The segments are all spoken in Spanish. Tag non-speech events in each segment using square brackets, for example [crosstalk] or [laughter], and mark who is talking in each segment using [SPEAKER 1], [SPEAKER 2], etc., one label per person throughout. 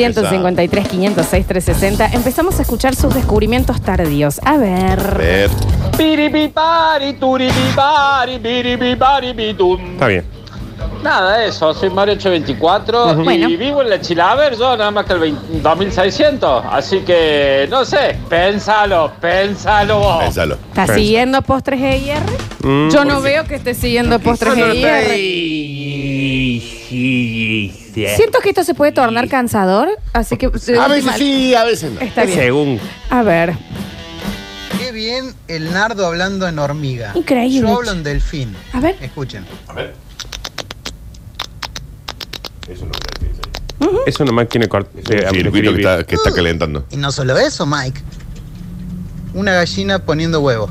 [SPEAKER 1] 153, 506, 360. Empezamos a escuchar sus descubrimientos tardíos. A
[SPEAKER 2] A
[SPEAKER 1] ver.
[SPEAKER 2] ver.
[SPEAKER 3] Piripipari, turipipari, piripipari, pitum.
[SPEAKER 2] Está bien.
[SPEAKER 3] Nada, eso, soy Mario 824 y
[SPEAKER 1] Bueno.
[SPEAKER 3] vivo en la Chilaver, yo nada más que el 20 2600. Así que, no sé, pensalo, pensalo
[SPEAKER 1] Oh.
[SPEAKER 3] vos.
[SPEAKER 2] Pensalo.
[SPEAKER 1] ¿Está
[SPEAKER 2] Pens-
[SPEAKER 1] siguiendo postres EIR? Mm.
[SPEAKER 4] Mm,
[SPEAKER 1] Yo no veo que esté siguiendo postres EIR. Siento que esto se puede tornar cansador, así que.
[SPEAKER 2] A veces sí, a veces no.
[SPEAKER 1] Está bien.
[SPEAKER 4] Según.
[SPEAKER 1] A ver.
[SPEAKER 5] Qué bien el nardo hablando en hormiga.
[SPEAKER 1] Increíble.
[SPEAKER 5] Yo hablo en delfín.
[SPEAKER 1] A ver.
[SPEAKER 5] Escuchen.
[SPEAKER 2] A ver. Eso no
[SPEAKER 4] Es una máquina eh, corta.
[SPEAKER 2] es un circuito que está, que está calentando.
[SPEAKER 5] Y no solo eso, Mike. Una gallina poniendo huevo.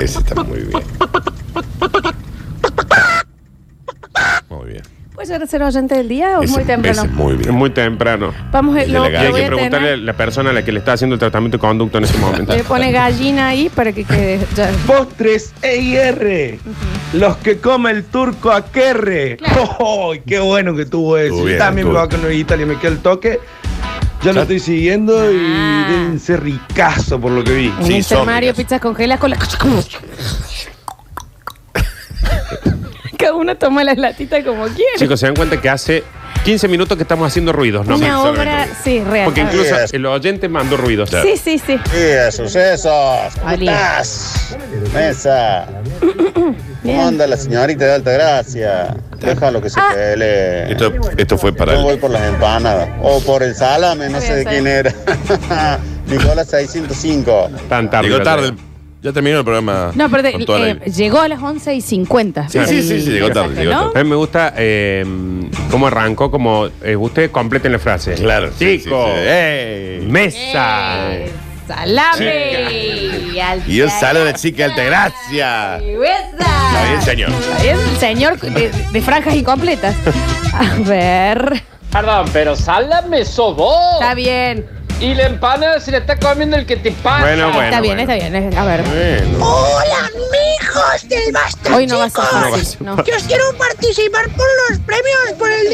[SPEAKER 2] Ese está muy bien. Muy bien.
[SPEAKER 1] ¿Puede llegar a ser oyente del día o es
[SPEAKER 2] Ese-
[SPEAKER 1] Oh, muy temprano?
[SPEAKER 2] ese es muy
[SPEAKER 4] Es
[SPEAKER 2] bien.
[SPEAKER 4] muy temprano.
[SPEAKER 1] Vamos a
[SPEAKER 2] El de la
[SPEAKER 1] lo,
[SPEAKER 4] Y
[SPEAKER 2] Ya,
[SPEAKER 1] lo
[SPEAKER 4] hay
[SPEAKER 1] voy
[SPEAKER 4] que
[SPEAKER 1] a
[SPEAKER 4] preguntarle a
[SPEAKER 1] tener.
[SPEAKER 4] la persona a la que le está haciendo el tratamiento de conducto en ese momento.
[SPEAKER 1] Le pone gallina ahí para que quede. ya.
[SPEAKER 6] Postres EIR. Los que come el turco a Kerre.
[SPEAKER 1] Claro.
[SPEAKER 6] [laughs] ¡Oh, qué bueno que tuvo eso!
[SPEAKER 2] Estuvo bien,
[SPEAKER 6] Yo también me
[SPEAKER 2] estuvo.
[SPEAKER 6] voy con Italia, me queda el toque. Ya
[SPEAKER 2] Ya.
[SPEAKER 6] lo estoy siguiendo y
[SPEAKER 1] Ah.
[SPEAKER 6] deben ser ricazo por lo que vi.
[SPEAKER 1] En
[SPEAKER 2] Sí,
[SPEAKER 1] el
[SPEAKER 2] son
[SPEAKER 1] Mario,
[SPEAKER 2] ricas.
[SPEAKER 1] pizzas congeladas con la. [laughs] Cada uno toma las latitas como quiere.
[SPEAKER 4] Chicos, se dan cuenta que hace 15 minutos que estamos haciendo ruidos, ¿no?
[SPEAKER 1] Una
[SPEAKER 2] sabe
[SPEAKER 1] obra,
[SPEAKER 2] todo.
[SPEAKER 1] sí, real.
[SPEAKER 4] Porque
[SPEAKER 1] A ver.
[SPEAKER 4] incluso el oyente mandó ruidos.
[SPEAKER 1] Sí, sí, sí.
[SPEAKER 7] de sucesos. ¿Cómo
[SPEAKER 1] Oli.
[SPEAKER 7] estás? Mesa.
[SPEAKER 1] [coughs] Bien.
[SPEAKER 7] ¿Cómo anda la señorita de Altagracia? Déjalo que se
[SPEAKER 1] Ah.
[SPEAKER 7] pele.
[SPEAKER 2] Esto, esto fue para
[SPEAKER 7] Yo voy
[SPEAKER 2] el.
[SPEAKER 7] por las empanadas. O por el salame, no
[SPEAKER 1] Está
[SPEAKER 7] sé de
[SPEAKER 1] bien,
[SPEAKER 7] quién era. [laughs] Nicolás 605.
[SPEAKER 4] Tan tarde.
[SPEAKER 2] Llegó tarde. Ya terminó el programa.
[SPEAKER 1] No, pero de-
[SPEAKER 2] Con toda la-
[SPEAKER 1] eh, llegó a las 11 y 50.
[SPEAKER 2] Sí, sí, sí, sí, llegó tarde, llegó
[SPEAKER 1] ¿no?
[SPEAKER 2] tarde.
[SPEAKER 4] A mí me gusta eh, cómo arrancó, como eh, ustedes completen la frase.
[SPEAKER 2] Claro. sí, sí,
[SPEAKER 4] Chicos.
[SPEAKER 2] sí. ¡Ey!
[SPEAKER 4] Mesa.
[SPEAKER 1] Eh, Salame. Y al-
[SPEAKER 2] Y un saludo a la chica de Altagracia.
[SPEAKER 1] y besa.
[SPEAKER 2] Está bien, señor.
[SPEAKER 1] Es el señor de, de franjas incompletas. A ver.
[SPEAKER 3] Perdón, pero sálame eso vos.
[SPEAKER 1] Está bien.
[SPEAKER 3] Y la empanada se la está comiendo el que te pasa.
[SPEAKER 4] Bueno, bueno.
[SPEAKER 1] está bien, está bien. A ver.
[SPEAKER 2] Bueno.
[SPEAKER 8] Hola amigos del Basta
[SPEAKER 1] Hoy no va a ser
[SPEAKER 8] Chicos.
[SPEAKER 1] fácil. No.
[SPEAKER 8] Yo quiero participar por los premios por el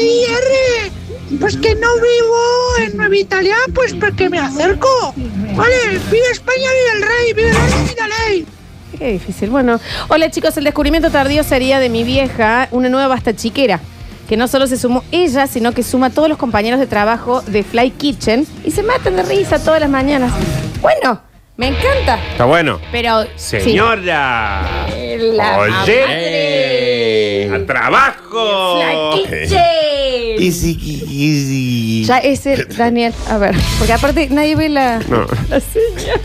[SPEAKER 8] DIR. Pues que no vivo en Nueva Italia, pues porque me acerco. Vale, vive España, vive el rey, vive la ley.
[SPEAKER 1] Qué difícil. Bueno, hola chicos, el descubrimiento tardío sería de mi vieja, una nueva basta chiquera, que no solo se sumó ella, sino que suma a todos los compañeros de trabajo de Fly Kitchen y se matan de risa todas las mañanas. Bueno, me encanta,
[SPEAKER 4] Está bueno.
[SPEAKER 1] pero... sí.
[SPEAKER 4] Señora.
[SPEAKER 1] La
[SPEAKER 4] Oye.
[SPEAKER 1] madre.
[SPEAKER 4] A trabajo.
[SPEAKER 1] Fly Kitchen.
[SPEAKER 2] Easy, easy.
[SPEAKER 1] Ya ese, Daniel, a ver, porque aparte nadie ve la...
[SPEAKER 4] No.
[SPEAKER 1] la señal.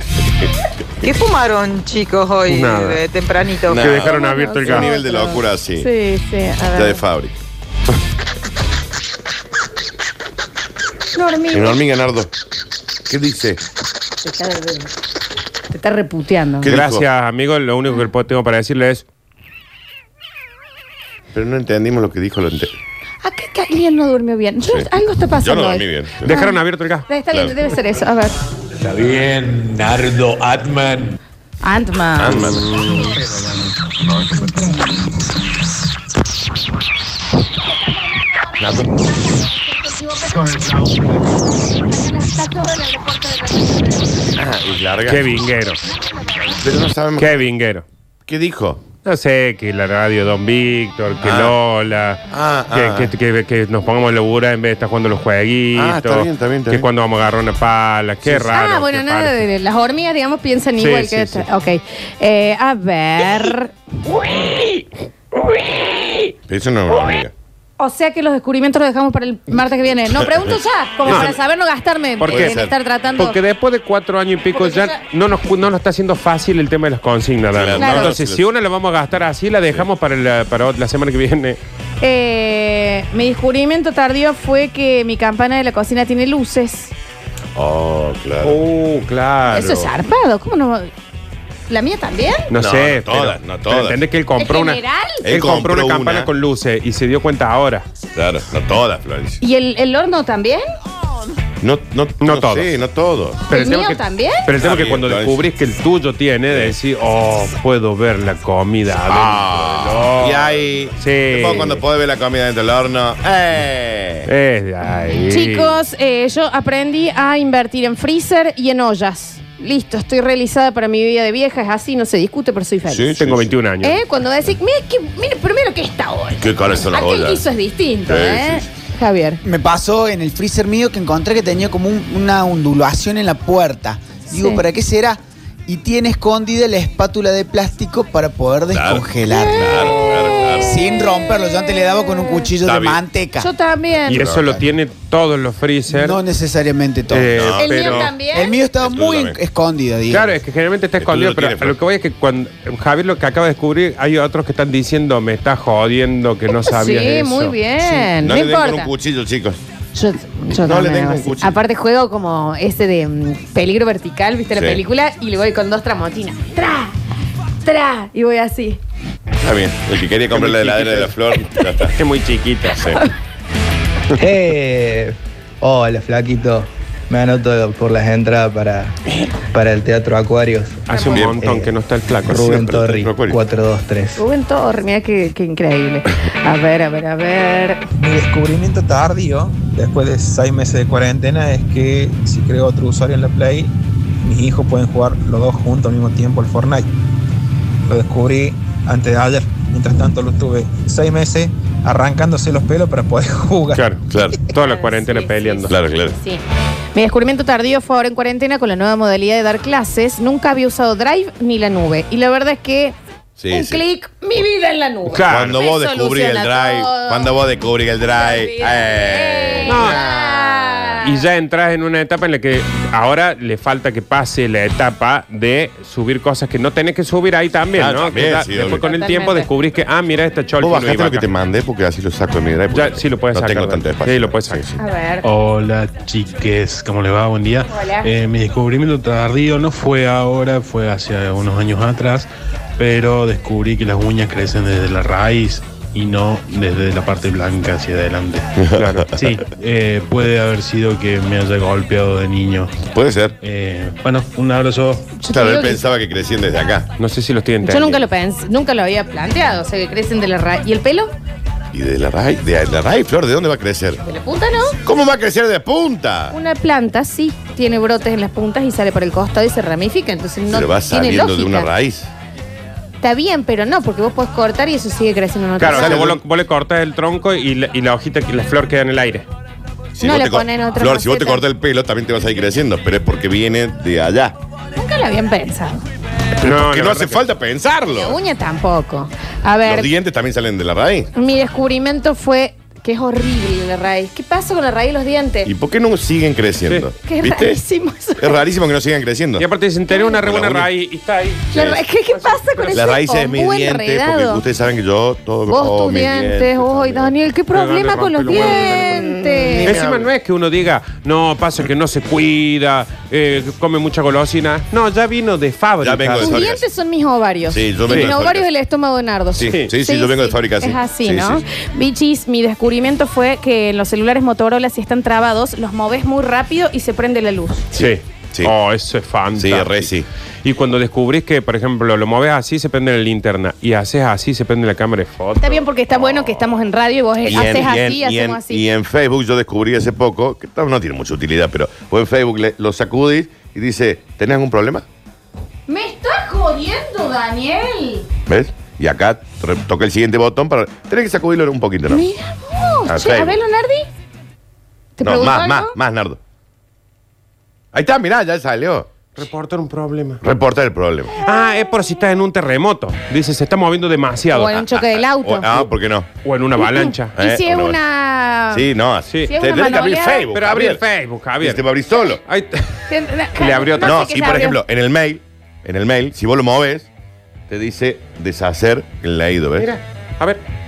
[SPEAKER 9] ¿Qué fumaron, chicos, hoy
[SPEAKER 4] Nada.
[SPEAKER 9] eh, tempranito?
[SPEAKER 2] No.
[SPEAKER 4] Que dejaron abierto el
[SPEAKER 2] Un
[SPEAKER 4] camino.
[SPEAKER 2] nivel de locura así.
[SPEAKER 1] Sí, sí, a
[SPEAKER 2] Ya de
[SPEAKER 1] ver.
[SPEAKER 2] fábrica.
[SPEAKER 1] No, hormiga.
[SPEAKER 2] Una hormiga, Nardo. ¿Qué dice?
[SPEAKER 1] Te está, te está reputeando.
[SPEAKER 2] ¿Qué
[SPEAKER 4] Gracias,
[SPEAKER 2] dijo?
[SPEAKER 4] amigo. Lo único que puedo- tengo para decirle es.
[SPEAKER 2] Pero no entendimos lo que dijo. Lo ente-
[SPEAKER 1] Acá Caliel Pues, no durmió bien. Yo-
[SPEAKER 2] Sí.
[SPEAKER 1] Algo está pasando.
[SPEAKER 2] Yo no
[SPEAKER 1] hoy.
[SPEAKER 2] dormí bien.
[SPEAKER 4] Dejaron abierto el gas.
[SPEAKER 1] Está bien,
[SPEAKER 2] Claro.
[SPEAKER 1] debe ser eso. A ver.
[SPEAKER 10] Está bien, Nardo Atman.
[SPEAKER 1] Antman.
[SPEAKER 4] Ah,
[SPEAKER 2] Ant-Man. Ah, y larga.
[SPEAKER 4] Qué vinguero.
[SPEAKER 2] Pero no sabemos. ¿Qué,
[SPEAKER 4] Qué vinguero.
[SPEAKER 2] dijo?
[SPEAKER 4] No sé, que la radio Don Víctor, que
[SPEAKER 2] Ah.
[SPEAKER 4] Lola,
[SPEAKER 2] Ah,
[SPEAKER 4] que,
[SPEAKER 2] ah.
[SPEAKER 4] que- que- que nos pongamos locura en vez de estar jugando los jueguitos.
[SPEAKER 2] Ah, está bien, está bien, está
[SPEAKER 4] que
[SPEAKER 2] bien.
[SPEAKER 4] cuando vamos a agarrar una pala, qué raro.
[SPEAKER 1] ah, bueno,
[SPEAKER 4] qué
[SPEAKER 1] nada
[SPEAKER 4] raro.
[SPEAKER 1] de las hormigas, digamos, piensan
[SPEAKER 4] Sí,
[SPEAKER 1] igual
[SPEAKER 4] sí,
[SPEAKER 1] que
[SPEAKER 4] sí.
[SPEAKER 1] esta. Ok. Eh, a ver.
[SPEAKER 2] Pero Eso no es una hormiga.
[SPEAKER 1] O sea que los descubrimientos los dejamos para el martes que viene. No, pregunto ya, como
[SPEAKER 4] No.
[SPEAKER 1] para saber no gastarme
[SPEAKER 4] ¿Por
[SPEAKER 1] en
[SPEAKER 4] qué?
[SPEAKER 1] en estar tratando.
[SPEAKER 4] Porque después de cuatro años y pico
[SPEAKER 1] Porque
[SPEAKER 4] ya
[SPEAKER 1] ya-
[SPEAKER 4] no nos, no nos está haciendo fácil el tema de las consignas, la
[SPEAKER 2] Claro.
[SPEAKER 4] verdad.
[SPEAKER 1] Claro.
[SPEAKER 4] Entonces, si una la vamos a gastar así, la dejamos para, la, para la semana que viene.
[SPEAKER 1] Eh, mi descubrimiento tardío fue que mi campana de la cocina tiene luces.
[SPEAKER 2] Oh, claro.
[SPEAKER 4] Oh, claro.
[SPEAKER 1] Eso es zarpado. ¿Cómo no? ¿La mía también?
[SPEAKER 4] No,
[SPEAKER 2] No,
[SPEAKER 4] sé.
[SPEAKER 2] no todas, no todas.
[SPEAKER 4] ¿Entendés que él compró
[SPEAKER 1] ¿En
[SPEAKER 4] una.
[SPEAKER 1] general?
[SPEAKER 4] Él,
[SPEAKER 2] Él
[SPEAKER 4] compró
[SPEAKER 2] compró
[SPEAKER 4] una campana
[SPEAKER 2] una.
[SPEAKER 4] con luces y se dio cuenta ahora.
[SPEAKER 2] Claro, no todas, Florencia.
[SPEAKER 1] ¿Y el, el horno también?
[SPEAKER 2] No, no,
[SPEAKER 4] No
[SPEAKER 2] no
[SPEAKER 4] todos.
[SPEAKER 2] sé, no todos.
[SPEAKER 1] ¿El
[SPEAKER 4] tema
[SPEAKER 1] mío
[SPEAKER 4] que-
[SPEAKER 1] también?
[SPEAKER 4] Pero el tema
[SPEAKER 2] Está
[SPEAKER 4] que
[SPEAKER 2] bien,
[SPEAKER 4] cuando
[SPEAKER 2] entonces.
[SPEAKER 4] descubrís que el tuyo tiene, decís, oh, puedo ver la comida.
[SPEAKER 2] Ah,
[SPEAKER 4] adentro del
[SPEAKER 2] y
[SPEAKER 4] horno".
[SPEAKER 2] ahí.
[SPEAKER 4] Sí.
[SPEAKER 2] después cuando podés ver la comida dentro del horno. ¡Eh!
[SPEAKER 4] Es de ahí.
[SPEAKER 1] Chicos, eh, yo aprendí a invertir en freezer y en ollas. Listo, estoy realizada para mi vida de vieja, es así, no se discute, pero soy feliz.
[SPEAKER 2] Sí,
[SPEAKER 4] Tengo 21 años.
[SPEAKER 1] ¿Eh? Cuando decís, mire, que, mire primero que esta olla.
[SPEAKER 2] Qué caras son las
[SPEAKER 1] Aquel
[SPEAKER 2] ollas.
[SPEAKER 1] que hizo es distinto,
[SPEAKER 2] Sí,
[SPEAKER 1] ¿eh?
[SPEAKER 2] sí,
[SPEAKER 1] Javier.
[SPEAKER 5] Me pasó en el freezer mío que encontré que tenía como un- una ondulación en la puerta. Digo,
[SPEAKER 1] Sí.
[SPEAKER 5] ¿para qué será? Y tiene escondida la espátula de plástico para poder
[SPEAKER 2] Claro.
[SPEAKER 5] descongelarla.
[SPEAKER 2] Claro, claro, claro.
[SPEAKER 5] Sin romperlo, yo antes le daba con un cuchillo
[SPEAKER 2] Está
[SPEAKER 5] de
[SPEAKER 2] bien.
[SPEAKER 5] manteca.
[SPEAKER 1] Yo también.
[SPEAKER 4] Y eso lo tiene todos los freezer.
[SPEAKER 5] No necesariamente todo.
[SPEAKER 4] eh,
[SPEAKER 2] No.
[SPEAKER 1] el mío
[SPEAKER 4] pero-
[SPEAKER 1] también.
[SPEAKER 5] El mío estaba
[SPEAKER 2] El tuyo
[SPEAKER 5] muy
[SPEAKER 2] también.
[SPEAKER 5] escondido, digo.
[SPEAKER 4] Claro, es que generalmente está
[SPEAKER 2] El tuyo
[SPEAKER 4] escondido,
[SPEAKER 2] lo
[SPEAKER 4] pero
[SPEAKER 2] tiene, pues.
[SPEAKER 4] a lo que voy es que cuando Javier lo que acaba de descubrir, hay otros que están diciendo, me está jodiendo, que no sabías
[SPEAKER 1] Sí,
[SPEAKER 4] eso.
[SPEAKER 1] muy bien.
[SPEAKER 2] No,
[SPEAKER 1] No,
[SPEAKER 2] le den con un
[SPEAKER 1] importa.
[SPEAKER 2] cuchillo, chicos.
[SPEAKER 1] Yo, yo
[SPEAKER 2] No
[SPEAKER 1] no
[SPEAKER 2] le
[SPEAKER 1] me
[SPEAKER 2] den
[SPEAKER 1] hago
[SPEAKER 2] con
[SPEAKER 1] así.
[SPEAKER 2] cuchillo.
[SPEAKER 1] Aparte juego como ese de mm, peligro vertical, ¿viste la
[SPEAKER 2] Sí.
[SPEAKER 1] película? Y le voy con dos tramotinas. ¡Tra! ¡Tra! Y voy así.
[SPEAKER 2] Está bien. El que quería comprar la heladera de la flor, ya está.
[SPEAKER 4] Es muy chiquita.
[SPEAKER 2] Sí.
[SPEAKER 11] Eh, hola, flaquito. Me anoto por las entradas para, para el Teatro Acuarios.
[SPEAKER 4] Hace un
[SPEAKER 2] Bien.
[SPEAKER 4] montón que no está el flaco.
[SPEAKER 11] Rubén
[SPEAKER 2] siempre el
[SPEAKER 11] Torri,
[SPEAKER 2] Teatro Acuarios.
[SPEAKER 11] 423.
[SPEAKER 1] Rubén Torre, mira qué, qué increíble. A ver, a ver, a ver.
[SPEAKER 11] Mi descubrimiento tardío, después de seis meses de cuarentena, es que si creo otro usuario en la Play, mis hijos pueden jugar los dos juntos al mismo tiempo al Fortnite. Lo descubrí antes de ayer. Mientras tanto, lo tuve seis meses [laughs] arrancándose los pelos para poder jugar.
[SPEAKER 4] Claro,
[SPEAKER 2] Claro.
[SPEAKER 4] Todas las cuarentenas
[SPEAKER 1] Sí, sí,
[SPEAKER 4] peleando.
[SPEAKER 1] sí,
[SPEAKER 2] Claro,
[SPEAKER 1] sí,
[SPEAKER 2] claro.
[SPEAKER 1] sí. Mi descubrimiento tardío fue ahora en cuarentena con la nueva modalidad de dar clases. Nunca había usado Drive ni la nube. Y la verdad es que
[SPEAKER 2] Sí,
[SPEAKER 1] un
[SPEAKER 2] sí.
[SPEAKER 1] clic, mi vida en la nube.
[SPEAKER 4] Claro.
[SPEAKER 2] Cuando
[SPEAKER 1] Me
[SPEAKER 2] vos descubrís el
[SPEAKER 1] soluciona
[SPEAKER 2] drive,
[SPEAKER 1] todo.
[SPEAKER 2] cuando vos descubrís el drive.
[SPEAKER 1] Eh,
[SPEAKER 2] ¡eh!
[SPEAKER 1] ah.
[SPEAKER 4] Y ya entras en una etapa en la que ahora le falta que pase la etapa de subir cosas que no tenés que subir ahí también,
[SPEAKER 2] Ah,
[SPEAKER 4] ¿no?
[SPEAKER 2] también,
[SPEAKER 4] Que ya-
[SPEAKER 2] sí, obvio.
[SPEAKER 4] después con el
[SPEAKER 1] Totalmente.
[SPEAKER 4] tiempo descubrís que, ah, mira esta cholfa.
[SPEAKER 2] Vos
[SPEAKER 4] no
[SPEAKER 2] bajaste
[SPEAKER 4] iba
[SPEAKER 2] lo que
[SPEAKER 4] acá.
[SPEAKER 2] te mandé porque así lo saco de mi drive.
[SPEAKER 4] Ya,
[SPEAKER 2] porque
[SPEAKER 4] sí lo puedes
[SPEAKER 2] no
[SPEAKER 4] sacar,
[SPEAKER 2] tengo
[SPEAKER 4] ¿verdad?
[SPEAKER 2] tanto espacio.
[SPEAKER 4] Sí, lo puedes sacar.
[SPEAKER 1] A ver.
[SPEAKER 2] Oh,
[SPEAKER 10] Hola chiques, ¿cómo les va? Buen día.
[SPEAKER 1] Hola.
[SPEAKER 10] Eh, mi descubrimiento tardío no fue ahora, fue hace unos años atrás, pero descubrí que las uñas crecen desde la raíz y no desde la parte blanca hacia adelante.
[SPEAKER 4] Claro.
[SPEAKER 10] Sí, eh, puede haber sido que me haya golpeado de niño.
[SPEAKER 2] Puede ser.
[SPEAKER 10] Eh, bueno, un abrazo.
[SPEAKER 1] Yo te
[SPEAKER 2] Claro, él
[SPEAKER 1] digo que
[SPEAKER 2] pensaba que crecían desde acá
[SPEAKER 4] No sé si lo estoy
[SPEAKER 1] Yo
[SPEAKER 4] entendiendo.
[SPEAKER 1] nunca lo pensé, nunca lo había planteado, o sea que crecen de la raíz. ¿Y el pelo?
[SPEAKER 2] y de la raíz, de la raíz, Flor, ¿de dónde va a crecer?
[SPEAKER 1] ¿De la punta no?
[SPEAKER 2] ¿Cómo va a crecer de punta?
[SPEAKER 1] Una planta sí tiene brotes en las puntas y sale por el costado y se ramifica, entonces no
[SPEAKER 2] Pero va
[SPEAKER 1] tiene
[SPEAKER 2] saliendo
[SPEAKER 1] lógica.
[SPEAKER 2] de una raíz.
[SPEAKER 1] Está bien, pero no, porque vos podés cortar y eso sigue creciendo en otra
[SPEAKER 4] Claro, o
[SPEAKER 2] Sale
[SPEAKER 1] parte.
[SPEAKER 4] sea, vos,
[SPEAKER 2] de-
[SPEAKER 4] lo- vos le cortas el tronco y la, y la hojita, que la flor queda en el aire.
[SPEAKER 1] No
[SPEAKER 2] vos
[SPEAKER 1] le
[SPEAKER 2] te co-
[SPEAKER 1] ponen otra
[SPEAKER 2] Flor, si vos te
[SPEAKER 1] faceta.
[SPEAKER 2] cortas el pelo, también te vas a ir creciendo, pero es porque viene de allá.
[SPEAKER 1] Nunca lo habían pensado.
[SPEAKER 4] No,
[SPEAKER 2] que
[SPEAKER 4] la
[SPEAKER 2] no
[SPEAKER 4] verdad
[SPEAKER 2] hace
[SPEAKER 4] que-
[SPEAKER 2] falta
[SPEAKER 1] La
[SPEAKER 2] pensarlo.
[SPEAKER 1] uña tampoco. A
[SPEAKER 2] Los
[SPEAKER 1] ver,
[SPEAKER 2] dientes también salen de la raíz.
[SPEAKER 1] mi descubrimiento fue que es horrible la raíz. ¿Qué pasa con la raíz y los dientes?
[SPEAKER 2] ¿Y por qué no siguen creciendo?
[SPEAKER 1] Qué
[SPEAKER 2] ¿Viste?
[SPEAKER 1] rarísimo eso.
[SPEAKER 2] Es rarísimo que no sigan creciendo.
[SPEAKER 4] Y aparte dicen, tenés una re
[SPEAKER 2] Con la
[SPEAKER 4] buena
[SPEAKER 2] uña.
[SPEAKER 4] raíz y está ahí.
[SPEAKER 1] La ra- [laughs] ¿Qué, qué pasa con ese
[SPEAKER 2] Las raíces de mis
[SPEAKER 1] ombú
[SPEAKER 2] dientes, porque
[SPEAKER 1] enredado?
[SPEAKER 2] ustedes saben que yo todo
[SPEAKER 1] Vos
[SPEAKER 2] oh,
[SPEAKER 1] tus
[SPEAKER 2] mis
[SPEAKER 1] dientes, vos y
[SPEAKER 2] también.
[SPEAKER 1] Daniel, qué problema
[SPEAKER 4] Dale,
[SPEAKER 1] con los
[SPEAKER 4] rompe los huevos, dale,
[SPEAKER 1] dientes.
[SPEAKER 4] Encima no es que uno diga, no, pasa que no se cuida, eh, come mucha golosina. No, ya vino de fábrica.
[SPEAKER 2] Ya vengo de
[SPEAKER 1] Tus
[SPEAKER 2] Sorry.
[SPEAKER 1] dientes son mis ovarios.
[SPEAKER 2] Sí, yo
[SPEAKER 1] Y
[SPEAKER 2] vengo de
[SPEAKER 1] mis
[SPEAKER 2] fábrica.
[SPEAKER 1] ovarios el estómago de Nardo.
[SPEAKER 2] Sí, sí, sí, yo vengo de fábrica, sí.
[SPEAKER 1] Es así,
[SPEAKER 2] Sí,
[SPEAKER 1] ¿no?
[SPEAKER 2] sí,
[SPEAKER 1] Bichis, mi descubrimiento fue que en los celulares Motorola, si están trabados, los moves muy rápido y se prende la luz.
[SPEAKER 4] Sí.
[SPEAKER 2] Sí.
[SPEAKER 4] Oh, eso es fantástico.
[SPEAKER 2] Sí, re sí.
[SPEAKER 4] Y cuando descubrís que, por ejemplo, lo moves así, se prende la linterna. Y haces así, se prende la cámara de fotos.
[SPEAKER 1] Está bien porque está bueno que estamos en radio y vos
[SPEAKER 2] Y
[SPEAKER 1] Eh, haces
[SPEAKER 2] en, y, en,
[SPEAKER 1] así,
[SPEAKER 2] y
[SPEAKER 1] hacemos
[SPEAKER 2] en-
[SPEAKER 1] así.
[SPEAKER 2] y en Facebook yo descubrí hace poco, que tal vez no tiene mucha utilidad, pero vos en Facebook le- lo sacudís y dice, ¿tenés algún problema?
[SPEAKER 1] ¡Me estás jodiendo, Daniel!
[SPEAKER 2] ¿Ves? Y acá re- toca el siguiente botón para... Tenés que sacudirlo un poquito, ¿no?
[SPEAKER 1] Mira vos.
[SPEAKER 2] Ah,
[SPEAKER 1] Che, a
[SPEAKER 2] Facebook.
[SPEAKER 1] ver, Leonardi. ¿Te
[SPEAKER 2] no,
[SPEAKER 1] pregunto
[SPEAKER 2] más,
[SPEAKER 1] algo?
[SPEAKER 2] más, más, Nardo. Ahí está, mirá, ya salió.
[SPEAKER 4] Reportar un problema.
[SPEAKER 2] Reporta el problema.
[SPEAKER 4] Ah, es por si estás en un terremoto. Dice, se está moviendo demasiado.
[SPEAKER 1] O en un choque del auto.
[SPEAKER 2] O- ah, ¿por qué no?
[SPEAKER 4] O en una avalancha.
[SPEAKER 1] y
[SPEAKER 2] Eh,
[SPEAKER 1] si es
[SPEAKER 2] una-
[SPEAKER 1] una.
[SPEAKER 2] Sí, no, así.
[SPEAKER 4] Sí. Si
[SPEAKER 1] Ah. es una
[SPEAKER 2] Tenés que abrir
[SPEAKER 1] manoleada-
[SPEAKER 2] Facebook.
[SPEAKER 4] Pero abrí el
[SPEAKER 2] Javier.
[SPEAKER 4] Facebook, Javier.
[SPEAKER 2] Y Te va a abrir solo.
[SPEAKER 4] Ahí está.
[SPEAKER 1] Le
[SPEAKER 4] Le abrió
[SPEAKER 1] eh, no,
[SPEAKER 4] otra-
[SPEAKER 2] No,
[SPEAKER 1] sé qué
[SPEAKER 2] si
[SPEAKER 1] se
[SPEAKER 2] por
[SPEAKER 1] abrió.
[SPEAKER 2] ejemplo, en el mail, en el mail, si vos lo moves, te dice deshacer el leído, ¿ves?
[SPEAKER 4] Mira, a ver.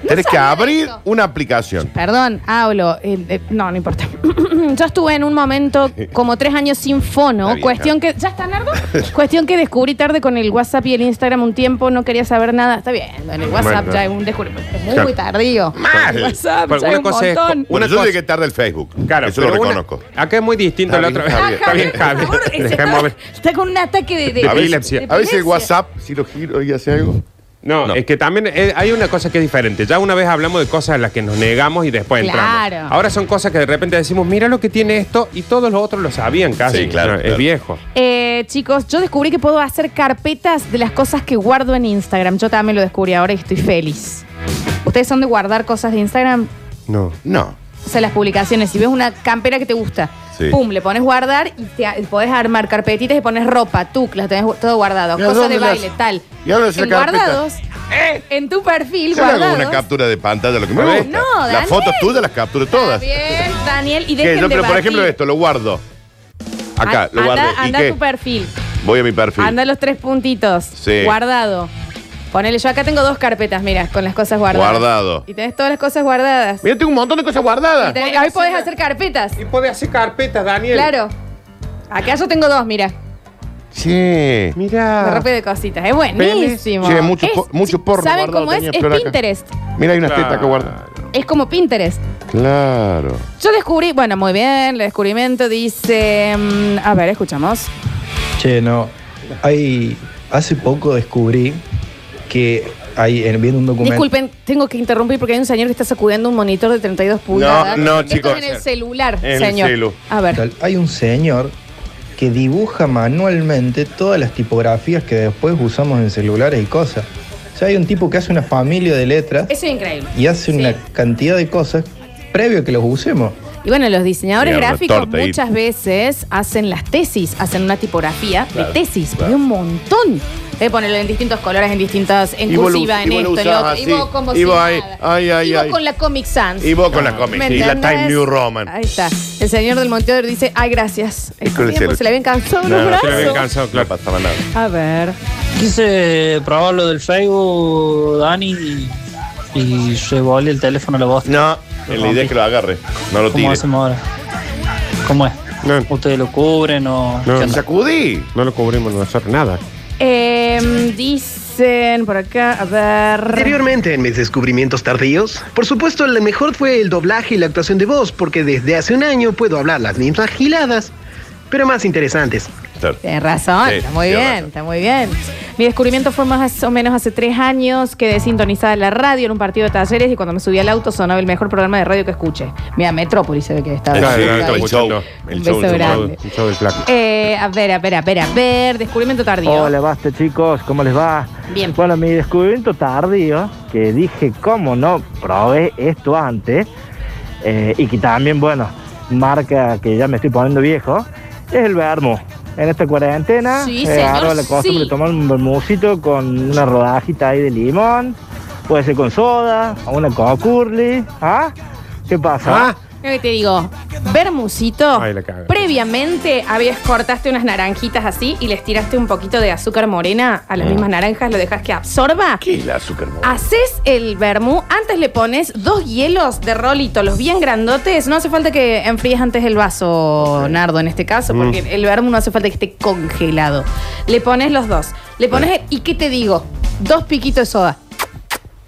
[SPEAKER 2] Tenés que
[SPEAKER 1] sabía
[SPEAKER 2] abrir
[SPEAKER 1] eso.
[SPEAKER 2] una aplicación.
[SPEAKER 1] Perdón, hablo. eh, eh, no, no importa. [clears throat] Yo estuve en un momento como tres años sin fono.
[SPEAKER 2] Está bien,
[SPEAKER 1] Cuestión que. ¿Ya está, Nardo? [laughs] Cuestión que descubrí tarde con el WhatsApp y el Instagram un tiempo, no quería saber nada. Está bien, en el WhatsApp
[SPEAKER 2] Bueno.
[SPEAKER 1] ya es un descubrimiento. Es muy,
[SPEAKER 2] Claro.
[SPEAKER 1] tardío. El WhatsApp
[SPEAKER 4] Pero
[SPEAKER 1] ya es
[SPEAKER 4] una
[SPEAKER 1] un
[SPEAKER 4] cosa es-
[SPEAKER 1] montón.
[SPEAKER 2] Bueno,
[SPEAKER 4] Una
[SPEAKER 2] yo
[SPEAKER 4] cosa-
[SPEAKER 2] llegué tarde al Facebook.
[SPEAKER 4] Claro,
[SPEAKER 2] Eso lo
[SPEAKER 4] pero una-
[SPEAKER 2] reconozco.
[SPEAKER 4] acá es muy distinto a la
[SPEAKER 2] Está
[SPEAKER 4] otra
[SPEAKER 2] bien,
[SPEAKER 4] vez.
[SPEAKER 2] está bien.
[SPEAKER 4] Está bien,
[SPEAKER 1] Por favor,
[SPEAKER 4] Javi.
[SPEAKER 1] ese
[SPEAKER 4] Deja de mover.
[SPEAKER 1] está- Está con un ataque de. de-
[SPEAKER 4] A
[SPEAKER 2] a, veces,
[SPEAKER 4] epilepsia.
[SPEAKER 1] de
[SPEAKER 2] a veces el
[SPEAKER 1] epilepsia.
[SPEAKER 2] WhatsApp, si lo giro y hace algo.
[SPEAKER 4] No,
[SPEAKER 2] No.
[SPEAKER 4] es que también eh, hay una cosa que es diferente. Ya una vez hablamos de cosas a las que nos negamos y después entramos.
[SPEAKER 1] Claro.
[SPEAKER 4] Ahora son cosas que de repente decimos, mira lo que tiene esto, y todos los otros lo sabían casi.
[SPEAKER 2] Sí, claro,
[SPEAKER 4] No, Es
[SPEAKER 2] claro.
[SPEAKER 4] viejo.
[SPEAKER 1] Eh, chicos, yo descubrí que puedo hacer carpetas de las cosas que guardo en Instagram. Yo también lo descubrí ahora y estoy feliz. ¿Ustedes son de guardar cosas de Instagram?
[SPEAKER 4] No.
[SPEAKER 2] No.
[SPEAKER 1] O sea, las publicaciones. Si ves una campera que te gusta,
[SPEAKER 2] Sí.
[SPEAKER 1] pum, le pones guardar y te, y podés armar carpetitas y pones ropa, tú, las tenés gu- todo guardado.
[SPEAKER 2] ¿Y a
[SPEAKER 1] Cosas
[SPEAKER 2] dónde
[SPEAKER 1] de
[SPEAKER 2] las-
[SPEAKER 1] baile, tal.
[SPEAKER 2] ¿Y a dónde se
[SPEAKER 1] en
[SPEAKER 2] la carpeta? ¿Eh?
[SPEAKER 1] guardados. En tu perfil,
[SPEAKER 2] Yo le hago una
[SPEAKER 1] guardados.
[SPEAKER 2] captura de pantalla, lo que me
[SPEAKER 4] No,
[SPEAKER 2] gusta.
[SPEAKER 1] Daniel.
[SPEAKER 2] las fotos tuyas las capturo
[SPEAKER 1] Está
[SPEAKER 2] todas.
[SPEAKER 1] bien, Daniel. Y
[SPEAKER 2] ¿Qué?
[SPEAKER 1] dejen
[SPEAKER 2] Yo,
[SPEAKER 1] de
[SPEAKER 2] pero por
[SPEAKER 1] batir.
[SPEAKER 2] ejemplo esto, lo guardo. Acá,
[SPEAKER 1] An-
[SPEAKER 2] lo guardé.
[SPEAKER 1] Anda,
[SPEAKER 2] ¿Y
[SPEAKER 1] anda a
[SPEAKER 2] qué?
[SPEAKER 1] tu perfil.
[SPEAKER 2] Voy a mi perfil.
[SPEAKER 1] Anda los tres puntitos.
[SPEAKER 2] Sí.
[SPEAKER 1] Guardado. Ponele, yo acá tengo dos carpetas, mira, con las cosas guardadas.
[SPEAKER 2] Guardado. Ah.
[SPEAKER 1] Y tenés todas las cosas guardadas.
[SPEAKER 2] Mira, tengo un montón de cosas
[SPEAKER 1] Y
[SPEAKER 2] guardadas.
[SPEAKER 1] tenés- ahí podés hacer carpetas.
[SPEAKER 4] Y puede hacer carpetas, Daniel.
[SPEAKER 1] Claro. Acá yo tengo dos, mira.
[SPEAKER 2] Sí.
[SPEAKER 1] Me
[SPEAKER 4] Mira.
[SPEAKER 1] rompe de cositas. Es buenísimo.
[SPEAKER 2] Sí, Ah. mucho
[SPEAKER 1] Es-
[SPEAKER 2] po- mucho porno
[SPEAKER 1] ¿Saben
[SPEAKER 2] guardado
[SPEAKER 1] cómo es?
[SPEAKER 2] tenía,
[SPEAKER 1] Es
[SPEAKER 2] pero acá.
[SPEAKER 1] Pinterest.
[SPEAKER 2] Mira, hay unas
[SPEAKER 4] Claro.
[SPEAKER 2] tetas que guardan.
[SPEAKER 1] Es como Pinterest.
[SPEAKER 2] Claro.
[SPEAKER 1] Yo descubrí, bueno, muy bien, el descubrimiento dice. mm, a ver, escuchamos.
[SPEAKER 11] Che, no. Hay, hace poco descubrí que hay, en- viendo un documento.
[SPEAKER 1] Disculpen, tengo que interrumpir porque hay un señor que está sacudiendo un monitor de 32 pulgadas.
[SPEAKER 2] no,
[SPEAKER 1] Esto
[SPEAKER 2] chicos.
[SPEAKER 1] es en el celular,
[SPEAKER 2] En el
[SPEAKER 1] señor.
[SPEAKER 2] celu.
[SPEAKER 1] A ver.
[SPEAKER 11] Tal, Hay un señor que dibuja manualmente todas las tipografías que después usamos en celulares y cosas. O sea, hay un tipo que hace una familia de letras
[SPEAKER 1] Eso es increíble.
[SPEAKER 11] y hace
[SPEAKER 1] Sí.
[SPEAKER 11] una cantidad de cosas previo a que los usemos.
[SPEAKER 1] Y bueno, los diseñadores
[SPEAKER 2] Mierda,
[SPEAKER 1] gráficos
[SPEAKER 2] torta ahí.
[SPEAKER 1] muchas veces hacen las tesis, hacen una tipografía
[SPEAKER 2] Claro,
[SPEAKER 1] de tesis,
[SPEAKER 2] claro.
[SPEAKER 1] de un montón. De ponerlo en distintos colores, en distintas, en
[SPEAKER 2] Y vos lo
[SPEAKER 1] cursiva,
[SPEAKER 2] us-
[SPEAKER 1] en
[SPEAKER 2] y vos lo
[SPEAKER 1] esto, en lo
[SPEAKER 2] usás
[SPEAKER 1] otro. Y
[SPEAKER 2] así.
[SPEAKER 1] vos como
[SPEAKER 2] Y
[SPEAKER 1] si
[SPEAKER 2] vos
[SPEAKER 1] nada.
[SPEAKER 2] ahí, ay, ay,
[SPEAKER 1] y vos
[SPEAKER 2] ay.
[SPEAKER 1] con la Comic Sans.
[SPEAKER 2] Y vos con las
[SPEAKER 1] ¿Me
[SPEAKER 2] cómics. Y la
[SPEAKER 1] entendés?
[SPEAKER 2] Time New Roman.
[SPEAKER 1] Ahí está. El señor del Monteador dice, ay, gracias.
[SPEAKER 2] Es
[SPEAKER 1] Está
[SPEAKER 2] con el
[SPEAKER 1] bien,
[SPEAKER 2] cielo.
[SPEAKER 1] porque se le habían cansado
[SPEAKER 2] No,
[SPEAKER 1] los
[SPEAKER 2] no se le
[SPEAKER 1] brazos.
[SPEAKER 2] habían
[SPEAKER 4] Me cansado,
[SPEAKER 2] No
[SPEAKER 4] claro.
[SPEAKER 2] pasaba nada.
[SPEAKER 1] A ver.
[SPEAKER 12] Quise probar lo del Facebook, Dani, y, y se volé el teléfono a la voz.
[SPEAKER 2] No, la idea es que lo agarre. No lo
[SPEAKER 12] ¿Cómo
[SPEAKER 2] tires.
[SPEAKER 12] hacemos ahora? ¿Cómo es?
[SPEAKER 4] No.
[SPEAKER 12] ¿Ustedes lo cubren o
[SPEAKER 4] No.
[SPEAKER 12] qué onda?
[SPEAKER 2] Sacudí.
[SPEAKER 4] No lo cubrimos nosotros nada.
[SPEAKER 1] Em, dicen por acá, a ver.
[SPEAKER 13] Anteriormente en mis descubrimientos tardíos, por supuesto el mejor fue el doblaje y la actuación de voz, porque desde hace un año puedo hablar las mismas giladas, pero más interesantes.
[SPEAKER 2] Claro.
[SPEAKER 1] Tienes razón,
[SPEAKER 2] Sí,
[SPEAKER 1] está muy
[SPEAKER 2] sí,
[SPEAKER 1] bien,
[SPEAKER 2] razón.
[SPEAKER 1] está muy bien. Mi descubrimiento fue más o menos hace tres años. Quedé sintonizada en la radio en un partido de talleres y cuando me subí al auto sonaba el mejor programa de radio que escuché. Mira, Metrópolis se ve que estaba.
[SPEAKER 2] Sí,
[SPEAKER 4] Claro,
[SPEAKER 2] sí,
[SPEAKER 4] claro,
[SPEAKER 2] el
[SPEAKER 4] está
[SPEAKER 2] show.
[SPEAKER 4] escuchando.
[SPEAKER 2] El
[SPEAKER 1] Un
[SPEAKER 2] show.
[SPEAKER 1] beso
[SPEAKER 2] el show.
[SPEAKER 1] grande.
[SPEAKER 4] El show del flaco.
[SPEAKER 1] Eh, a ver, a ver, a ver, a ver. Descubrimiento tardío.
[SPEAKER 14] Hola, basta chicos, ¿cómo les va?
[SPEAKER 1] Bien.
[SPEAKER 14] Bueno, mi descubrimiento tardío, que dije, ¿cómo no probé esto antes? eh, y que también, bueno, marca que ya me estoy poniendo viejo, es el vermo. En esta cuarentena,
[SPEAKER 1] Sí, señor,
[SPEAKER 14] agarro la costumbre
[SPEAKER 1] sí.
[SPEAKER 14] de tomar un vermucito con una rodajita ahí de limón, puede ser con soda, o una coca curly, ¿ah? ¿Qué pasa?
[SPEAKER 4] Ah,
[SPEAKER 1] Mira que te digo, Bermucito,
[SPEAKER 4] Ay, la cago.
[SPEAKER 1] previamente habías cortaste unas naranjitas así y les tiraste un poquito de azúcar morena a las
[SPEAKER 2] Mm.
[SPEAKER 1] mismas naranjas, lo dejas que absorba.
[SPEAKER 2] ¿Qué es la azúcar? no?
[SPEAKER 1] Ah, Haces el vermú, antes le pones dos hielos de rolito, los bien grandotes. No hace falta que enfríes antes el vaso, Nardo, en este caso,
[SPEAKER 2] Mm.
[SPEAKER 1] porque el vermú no hace falta que esté congelado. Le pones los dos. Le pones, el- ¿y qué te digo? Dos piquitos de soda.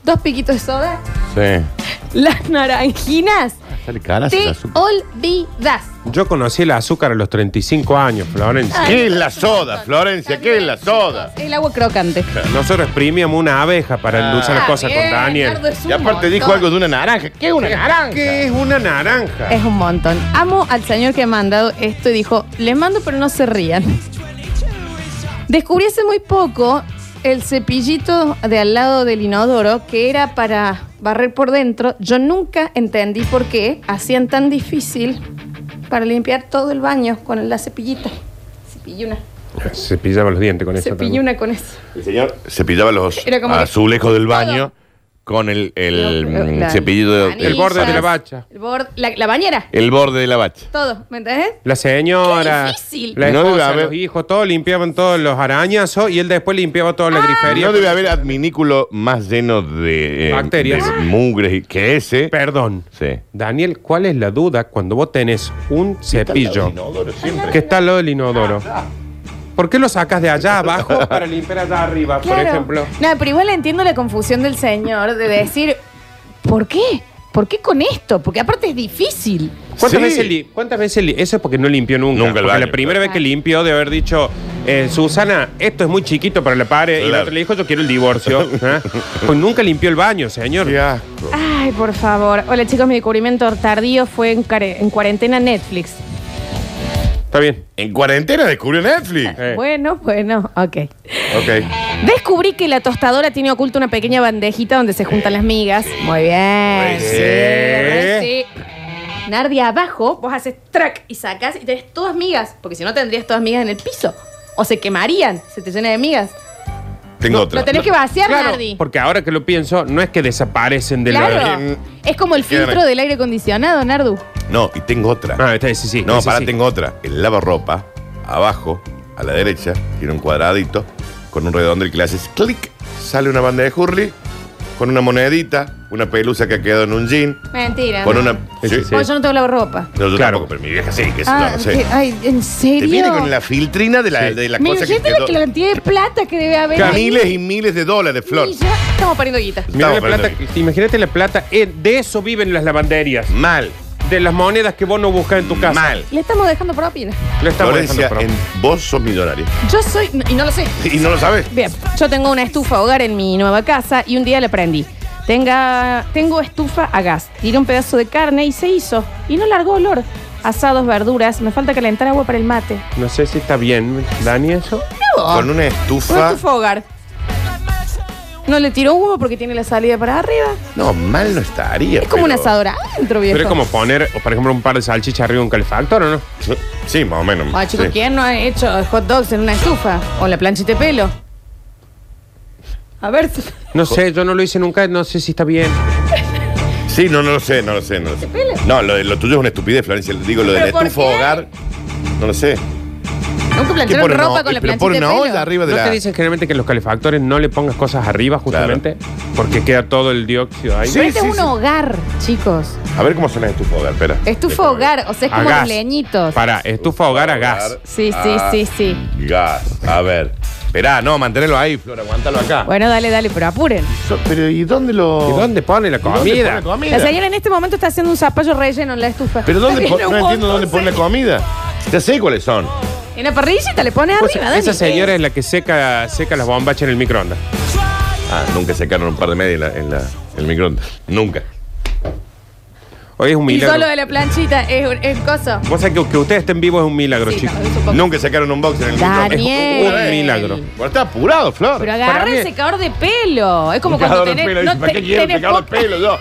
[SPEAKER 1] Dos piquitos de soda.
[SPEAKER 2] Sí.
[SPEAKER 1] Las naranjinas.
[SPEAKER 2] Sale cara el
[SPEAKER 1] Te
[SPEAKER 2] azúcar.
[SPEAKER 1] olvidas.
[SPEAKER 4] Yo conocí el azúcar a los 35 años, Florencia.
[SPEAKER 2] ¿Qué es la soda, Florencia? ¿Qué es la soda?
[SPEAKER 1] El agua crocante.
[SPEAKER 4] Nosotros exprimíamos una abeja para
[SPEAKER 2] Ah.
[SPEAKER 4] endulzar las cosas con
[SPEAKER 1] Bien,
[SPEAKER 4] Daniel.
[SPEAKER 1] Nardo, es un
[SPEAKER 2] Y aparte
[SPEAKER 1] montón.
[SPEAKER 2] dijo algo de una naranja. ¿Qué es una naranja?
[SPEAKER 4] ¿Qué es una naranja?
[SPEAKER 1] Es un montón. Amo al señor que ha mandado esto y dijo, les mando pero no se rían. Descubrí hace muy poco el cepillito de al lado del inodoro que era para barrer por dentro. Yo nunca entendí por qué hacían tan difícil para limpiar todo el baño con la cepillita. Cepilluna.
[SPEAKER 4] Se pillaba los dientes con eso. también.
[SPEAKER 1] Cepilluna con eso.
[SPEAKER 2] El señor cepillaba los
[SPEAKER 1] Era como que-
[SPEAKER 2] azulejos del baño con el, el, mm,
[SPEAKER 1] La-
[SPEAKER 2] cepillito de-
[SPEAKER 1] las anillas, el bord- la, la bañera.
[SPEAKER 2] El borde de la bacha.
[SPEAKER 1] Todo, ¿me entendés?
[SPEAKER 4] La señora,
[SPEAKER 1] Qué difícil.
[SPEAKER 4] la
[SPEAKER 2] No debe
[SPEAKER 4] esposa,
[SPEAKER 2] haber-
[SPEAKER 4] los hijos, todos limpiaban todos los arañazos y él después limpiaba toda la
[SPEAKER 1] Ah.
[SPEAKER 4] grifería.
[SPEAKER 2] No debe haber adminículo más lleno de eh,
[SPEAKER 4] Bacterias.
[SPEAKER 2] de mugres y- que ese.
[SPEAKER 4] Perdón.
[SPEAKER 2] Sí.
[SPEAKER 4] Daniel, ¿cuál es la duda cuando vos tenés un cepillo que está al lado del inodoro?
[SPEAKER 2] Ah,
[SPEAKER 4] ¿Por qué lo sacas de allá abajo
[SPEAKER 2] [laughs]
[SPEAKER 4] para limpiar allá arriba, por
[SPEAKER 1] Claro.
[SPEAKER 4] ejemplo?
[SPEAKER 1] No, pero igual entiendo la confusión del señor de decir, ¿por qué? ¿Por qué con esto? Porque aparte es difícil.
[SPEAKER 4] ¿Cuántas
[SPEAKER 1] Sí.
[SPEAKER 4] veces, li- cuántas veces li- Eso es porque no limpió nunca.
[SPEAKER 2] Nunca el
[SPEAKER 4] Porque
[SPEAKER 2] baño,
[SPEAKER 4] la primera vez que limpió de haber dicho, eh, Susana, esto es muy chiquito para la pared. Y la otra le dijo, yo quiero
[SPEAKER 2] [laughs]
[SPEAKER 4] el divorcio. ¿Ah? Pues nunca limpió el baño, señor.
[SPEAKER 1] Ay, por favor. Hola chicos, mi descubrimiento tardío fue en, care- en cuarentena Netflix.
[SPEAKER 4] Está bien.
[SPEAKER 2] En cuarentena descubrió Netflix.
[SPEAKER 4] Eh.
[SPEAKER 1] Bueno, bueno, ok.
[SPEAKER 2] Ok.
[SPEAKER 1] Descubrí que la tostadora tiene oculta una pequeña bandejita donde se juntan las migas. Muy bien.
[SPEAKER 2] Sí.
[SPEAKER 1] Sí, re sí. Nardi, abajo vos haces track y sacas y tenés todas migas, porque si no tendrías todas migas en el piso. O se quemarían, se te llena de migas.
[SPEAKER 2] Tengo
[SPEAKER 1] otra. lo tenés que vaciar, Nardi.
[SPEAKER 4] Porque ahora que lo pienso, no es que desaparecen de la.
[SPEAKER 1] Claro. Es como el
[SPEAKER 2] Quedan
[SPEAKER 1] filtro
[SPEAKER 2] ahí.
[SPEAKER 1] del aire acondicionado, Nardu.
[SPEAKER 2] No, y tengo otra. No,
[SPEAKER 4] esta es
[SPEAKER 2] para,
[SPEAKER 4] Ah, sí.
[SPEAKER 2] tengo otra. El lavarropa, abajo, a la derecha, tiene un cuadradito con un redondo que le haces clic, sale una banda de hurley con una monedita, una pelusa que ha quedado en un jean,
[SPEAKER 1] Mentira.
[SPEAKER 2] con
[SPEAKER 1] ¿no?
[SPEAKER 2] una... Sí.
[SPEAKER 1] Bueno, yo no tengo la ropa.
[SPEAKER 2] No, yo tampoco, pero mi vieja sí, que es
[SPEAKER 1] Ah,
[SPEAKER 2] no, sé.
[SPEAKER 1] que- ay, ¿en
[SPEAKER 2] Te
[SPEAKER 1] serio?
[SPEAKER 2] viene con la filtrina de la, de la
[SPEAKER 1] Me
[SPEAKER 2] cosa que
[SPEAKER 1] imagínate
[SPEAKER 2] quedó.
[SPEAKER 1] la que la cantidad de plata que debe haber.
[SPEAKER 2] Claro,
[SPEAKER 1] ahí.
[SPEAKER 2] Miles y miles de dólares, Flor.
[SPEAKER 1] Y ya estamos perdiendo guita.
[SPEAKER 4] Mirá la
[SPEAKER 2] Estamos
[SPEAKER 4] plata, que- imagínate la plata. eh, de eso viven las lavanderías.
[SPEAKER 2] Mal.
[SPEAKER 4] De las monedas que vos no buscas en tu casa.
[SPEAKER 2] Mal.
[SPEAKER 1] Le estamos dejando propina.
[SPEAKER 4] Lo estamos
[SPEAKER 2] Florencia,
[SPEAKER 4] dejando
[SPEAKER 2] en- vos sos millonaria. [laughs]
[SPEAKER 1] Yo soy, y no lo sé.
[SPEAKER 2] Y no lo sabes.
[SPEAKER 1] Bien, yo tengo una estufa hogar en mi nueva casa y un día la prendí. Tenga, tengo estufa a gas. Tiré un pedazo de carne y se hizo. Y no largó olor. Asados, verduras, me falta calentar agua para el mate.
[SPEAKER 4] No sé si está bien, Dani, eso.
[SPEAKER 1] No.
[SPEAKER 2] Con una
[SPEAKER 1] Una
[SPEAKER 2] estufa.
[SPEAKER 1] estufa hogar. No le tiró huevo porque tiene la salida para arriba.
[SPEAKER 2] No, mal no estaría.
[SPEAKER 1] Es como
[SPEAKER 2] pero-
[SPEAKER 1] una asadora adentro, viejo.
[SPEAKER 4] Pero es como poner, o, por ejemplo, un par de salchichas arriba de un calefactor, ¿o no?
[SPEAKER 2] Sí, más o menos.
[SPEAKER 1] Ah, chicos, ¿quién no ha hecho hot dogs en una estufa? O en la planchita de pelo. A ver [laughs] si.
[SPEAKER 4] No sé, yo no lo hice nunca, no sé si está bien.
[SPEAKER 2] Sí, no, no lo sé, no lo sé, no lo sé.
[SPEAKER 1] pele?
[SPEAKER 2] No, lo, de- lo tuyo es una estupidez, Florencia. Le Digo, lo del
[SPEAKER 1] ¿Pero por
[SPEAKER 2] estufa
[SPEAKER 1] qué?
[SPEAKER 2] hogar, no lo sé.
[SPEAKER 1] Nunca plancharon
[SPEAKER 2] ponen
[SPEAKER 1] ropa
[SPEAKER 2] una-
[SPEAKER 1] con la
[SPEAKER 2] pero
[SPEAKER 1] planchita
[SPEAKER 2] ponen
[SPEAKER 1] de
[SPEAKER 2] una
[SPEAKER 1] pelo.
[SPEAKER 2] olla arriba de
[SPEAKER 4] ¿No
[SPEAKER 2] la-
[SPEAKER 4] te dicen generalmente que en los calefactores no le pongas cosas arriba justamente? Porque queda todo el dióxido ahí.
[SPEAKER 1] Pero este es un hogar, chicos.
[SPEAKER 2] A ver cómo suena estufa hogar, espera.
[SPEAKER 1] Estufa hogar, o sea, es
[SPEAKER 4] A
[SPEAKER 1] como
[SPEAKER 4] gas.
[SPEAKER 1] los leñitos.
[SPEAKER 4] Para, estufa hogar a gas.
[SPEAKER 1] Sí, sí,
[SPEAKER 2] Ah.
[SPEAKER 1] sí, sí.
[SPEAKER 2] Gas, a ver. Esperá, no, manténelo ahí, Flor, aguántalo acá.
[SPEAKER 1] Bueno, dale, dale, pero apuren.
[SPEAKER 2] Pero ¿y dónde lo...?
[SPEAKER 4] ¿Y dónde pone la
[SPEAKER 2] dónde pone
[SPEAKER 4] comida?
[SPEAKER 2] la comida?
[SPEAKER 1] La señora en este momento está haciendo un zapallo relleno en la estufa.
[SPEAKER 2] Pero ¿dónde po-
[SPEAKER 1] Tiene un
[SPEAKER 2] No entiendo
[SPEAKER 1] montón.
[SPEAKER 2] dónde pone la comida. Ya sé cuáles son.
[SPEAKER 1] En la parrillita le pones
[SPEAKER 4] Pues,
[SPEAKER 1] arriba, Dani.
[SPEAKER 4] esa señora es la que seca, seca las bombachas en el microondas.
[SPEAKER 2] Ah, nunca secaron un par de medias en, la, en, la- en el microondas. Nunca.
[SPEAKER 4] Hoy es un
[SPEAKER 1] Y
[SPEAKER 4] milagro.
[SPEAKER 1] solo de la planchita es, un- es coso.
[SPEAKER 4] Vos sabés que, que ustedes estén vivos es un milagro,
[SPEAKER 1] Sí,
[SPEAKER 4] chicos.
[SPEAKER 1] no, es un poco-
[SPEAKER 2] Nunca sacaron un box en el microondas.
[SPEAKER 1] Daniel.
[SPEAKER 4] Un milagro.
[SPEAKER 2] Bueno, está apurado, Flor.
[SPEAKER 1] Pero
[SPEAKER 2] Para
[SPEAKER 1] agarra
[SPEAKER 2] mí-
[SPEAKER 1] el secador de pelo. Es como
[SPEAKER 2] Un
[SPEAKER 1] cuando
[SPEAKER 2] secador de
[SPEAKER 1] tenés.
[SPEAKER 2] pelo,
[SPEAKER 1] no
[SPEAKER 2] dice, ¿Para
[SPEAKER 1] te-
[SPEAKER 2] qué quiero
[SPEAKER 1] tenés
[SPEAKER 2] secar el
[SPEAKER 1] poca-
[SPEAKER 2] pelo yo?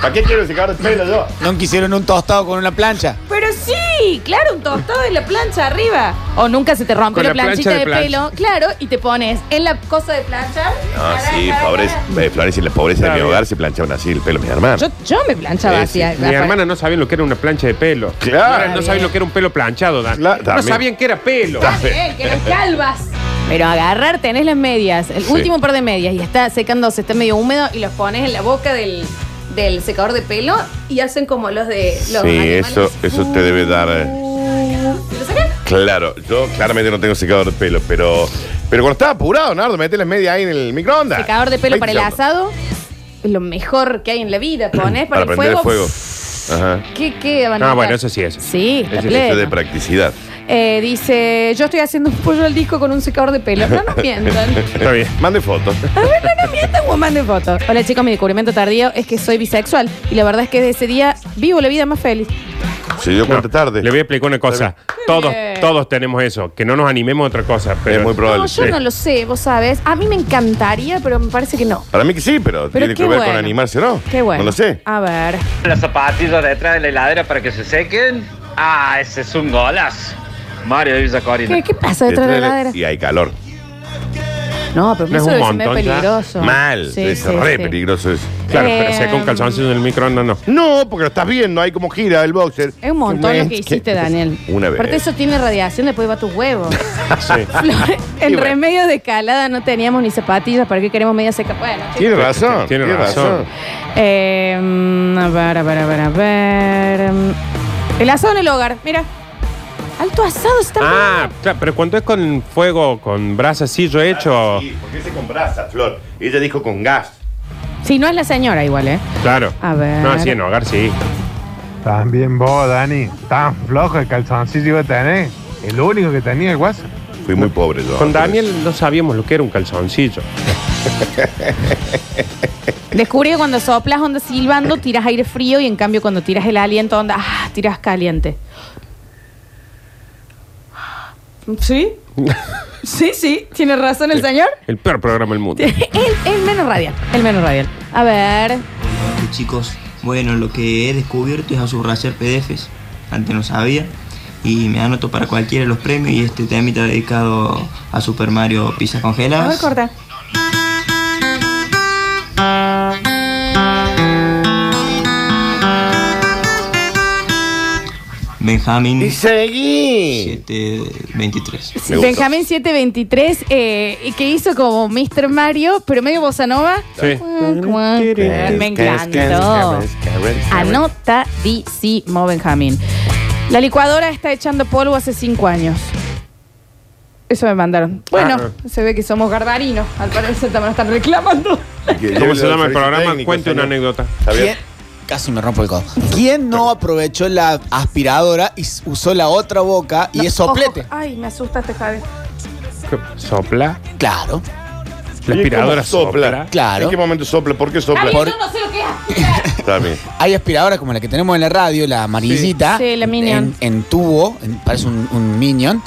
[SPEAKER 2] ¿Para qué quiero secar el pelo yo?
[SPEAKER 5] ¿No quisieron un tostado con una plancha?
[SPEAKER 1] Pero sí, claro, un tostado en la plancha arriba. O nunca se te rompe
[SPEAKER 5] Con
[SPEAKER 1] la,
[SPEAKER 5] la
[SPEAKER 1] planchita
[SPEAKER 5] plancha
[SPEAKER 1] de,
[SPEAKER 5] de
[SPEAKER 1] pelo.
[SPEAKER 5] plancha.
[SPEAKER 1] Claro, y te pones en la cosa de planchar.
[SPEAKER 2] No, Ah, sí, pobreza. eh, Florencia, la pobreza de mi hogar se planchaban así el pelo, mis hermanos.
[SPEAKER 1] Yo, yo me planchaba así.
[SPEAKER 4] Sí,
[SPEAKER 1] eh,
[SPEAKER 4] sí. Mi
[SPEAKER 1] Rafa.
[SPEAKER 4] hermana no sabía lo que era una plancha de pelo.
[SPEAKER 2] Claro.
[SPEAKER 4] No, no sabía lo que era un pelo planchado, Dan. no
[SPEAKER 2] también.
[SPEAKER 4] sabían que era pelo.
[SPEAKER 1] Eh, que las calvas. Pero agarrar, tenés las medias, el
[SPEAKER 4] Sí.
[SPEAKER 1] último par de medias, y está secándose, está medio húmedo, y los pones en la boca del, del secador de pelo y hacen como los de los
[SPEAKER 2] sí,
[SPEAKER 1] animales.
[SPEAKER 2] eso, eso te debe dar. eh,
[SPEAKER 1] ¿Lo sacas?
[SPEAKER 2] Claro, yo claramente no tengo secador de pelo, pero. Pero cuando estaba apurado, Nardo, meté las medias ahí en el microondas.
[SPEAKER 1] Secador de pelo para el
[SPEAKER 2] 20 segundos.
[SPEAKER 1] asado, es lo mejor que hay en
[SPEAKER 2] [clears throat]
[SPEAKER 1] la vida. Ponés para, el
[SPEAKER 2] prender
[SPEAKER 1] fuego.
[SPEAKER 2] Ajá.
[SPEAKER 1] ¿Qué queda,
[SPEAKER 4] Ah, bueno, eso sí es.
[SPEAKER 1] Sí, está
[SPEAKER 2] Eso
[SPEAKER 1] pleno.
[SPEAKER 2] es de practicidad.
[SPEAKER 1] Eh, dice, yo estoy haciendo un pollo al disco con un secador de pelo. No nos mientan.
[SPEAKER 2] [laughs] Está bien. Mande fotos.
[SPEAKER 1] A ver, no, no mientan o manden fotos. Hola chicos, mi descubrimiento tardío es que soy bisexual. Y la verdad es que desde ese día vivo la vida más feliz.
[SPEAKER 2] Se dio cuenta tarde.
[SPEAKER 4] Le voy a explicar una cosa. Todos,
[SPEAKER 1] bien.
[SPEAKER 4] todos tenemos eso. Que no nos animemos a otra cosa. Pero
[SPEAKER 2] Es muy probable.
[SPEAKER 1] No, yo no lo sé, vos sabes. A mí me encantaría, pero me parece que no.
[SPEAKER 2] Para mí que sí, pero,
[SPEAKER 1] Pero
[SPEAKER 2] tiene que
[SPEAKER 1] qué
[SPEAKER 2] ver con
[SPEAKER 1] bueno.
[SPEAKER 2] animarse o no.
[SPEAKER 1] Qué bueno.
[SPEAKER 2] No lo sé.
[SPEAKER 1] A ver.
[SPEAKER 3] Las zapatillas detrás de la heladera para que se sequen. Ah, ese es un golazo. Mario de Villa Corina.
[SPEAKER 1] ¿Qué, qué pasa detrás de la heladera?
[SPEAKER 2] Y hay calor.
[SPEAKER 1] No, pero
[SPEAKER 4] No es
[SPEAKER 1] eso debe
[SPEAKER 4] un
[SPEAKER 1] ser medio
[SPEAKER 4] montón. ya.
[SPEAKER 1] peligroso.
[SPEAKER 2] Mal,
[SPEAKER 1] Sí,
[SPEAKER 2] es
[SPEAKER 1] sí,
[SPEAKER 2] re
[SPEAKER 1] sí.
[SPEAKER 2] peligroso eso.
[SPEAKER 4] Claro, pero seca un calzoncillo en el microondas
[SPEAKER 1] [laughs]
[SPEAKER 4] no.
[SPEAKER 2] No, porque lo estás viendo ahí como gira el boxer.
[SPEAKER 1] Es un montón lo que hiciste, Daniel.
[SPEAKER 2] Una vez.
[SPEAKER 1] Aparte, eso tiene radiación, después va a
[SPEAKER 2] [laughs]
[SPEAKER 1] tus huevos.
[SPEAKER 2] Sí.
[SPEAKER 1] en
[SPEAKER 2] Y bueno.
[SPEAKER 1] remedio de calada no teníamos ni zapatillas, ¿para qué queremos media seca? Bueno,
[SPEAKER 2] Tiene razón. Tiene razón.
[SPEAKER 1] [laughs] Eh, mm, a ver, a ver, a ver, a ver. mm. El asado en el hogar, mira. Alto asado está
[SPEAKER 4] Ah, claro, pero cuando es con fuego, con brasa, sí, yo he hecho.
[SPEAKER 2] Porque ese con brasa, Flor. Ella dijo con gas.
[SPEAKER 1] Si no es la señora igual, ¿eh?
[SPEAKER 4] Claro.
[SPEAKER 1] A ver.
[SPEAKER 4] No, así en hogar, sí.
[SPEAKER 15] También vos, Dani. Tan flojo el calzoncillo que tenés. El único que tenía el guaso.
[SPEAKER 2] Fui muy pobre yo.
[SPEAKER 4] Con Daniel no sabíamos lo que era un calzoncillo.
[SPEAKER 1] Descubrí que cuando soplas onda silbando, tiras aire frío y en cambio cuando tiras el aliento onda, ah, tiras caliente. ¿Sí? Sí, sí, tiene razón el señor. [laughs]
[SPEAKER 4] El peor programa del mundo.
[SPEAKER 1] el, el menos radial, el menos radial. A ver,
[SPEAKER 16] Y chicos, bueno, lo que he descubierto es a subrayar PDFs. Antes no sabía. Y me anoto para cualquiera de los premios y este temita dedicado a Super Mario Pizza
[SPEAKER 1] a ver,
[SPEAKER 16] Congeladas.
[SPEAKER 1] corta.
[SPEAKER 16] Benjamín. Y
[SPEAKER 2] seguí.
[SPEAKER 16] 723.
[SPEAKER 1] Benjamín 723, eh, que hizo como Mr. Mario, pero medio bossa nova.
[SPEAKER 16] Sí.
[SPEAKER 1] Cuac, cuac, cuac. Me encantó. Anotadísimo, Benjamín. La licuadora está echando polvo hace cinco años. Eso me mandaron. Bueno,
[SPEAKER 4] Ah.
[SPEAKER 1] se ve que somos gardarinos. Al parecer también están reclamando.
[SPEAKER 4] ¿Cómo se llama el programa? Cuente una anécdota.
[SPEAKER 5] ¿Quién? Casi me rompo el codo. ¿Quién no aprovechó la aspiradora y s- usó la otra boca y
[SPEAKER 1] No,
[SPEAKER 5] es soplete?
[SPEAKER 1] ojo. Ay, me asustaste, Javi.
[SPEAKER 4] ¿Sopla?
[SPEAKER 5] Claro.
[SPEAKER 4] La aspiradora sopla.
[SPEAKER 5] Claro.
[SPEAKER 2] ¿En qué momento sopla? ¿Por qué sopla?
[SPEAKER 1] Javi,
[SPEAKER 5] Por-
[SPEAKER 1] yo no sé lo que es.
[SPEAKER 2] Ah,
[SPEAKER 5] Hay aspiradoras como la que tenemos en la radio, la amarillita.
[SPEAKER 1] Sí. Sí, la Minion.
[SPEAKER 5] En, en tubo, en- parece un, un minion.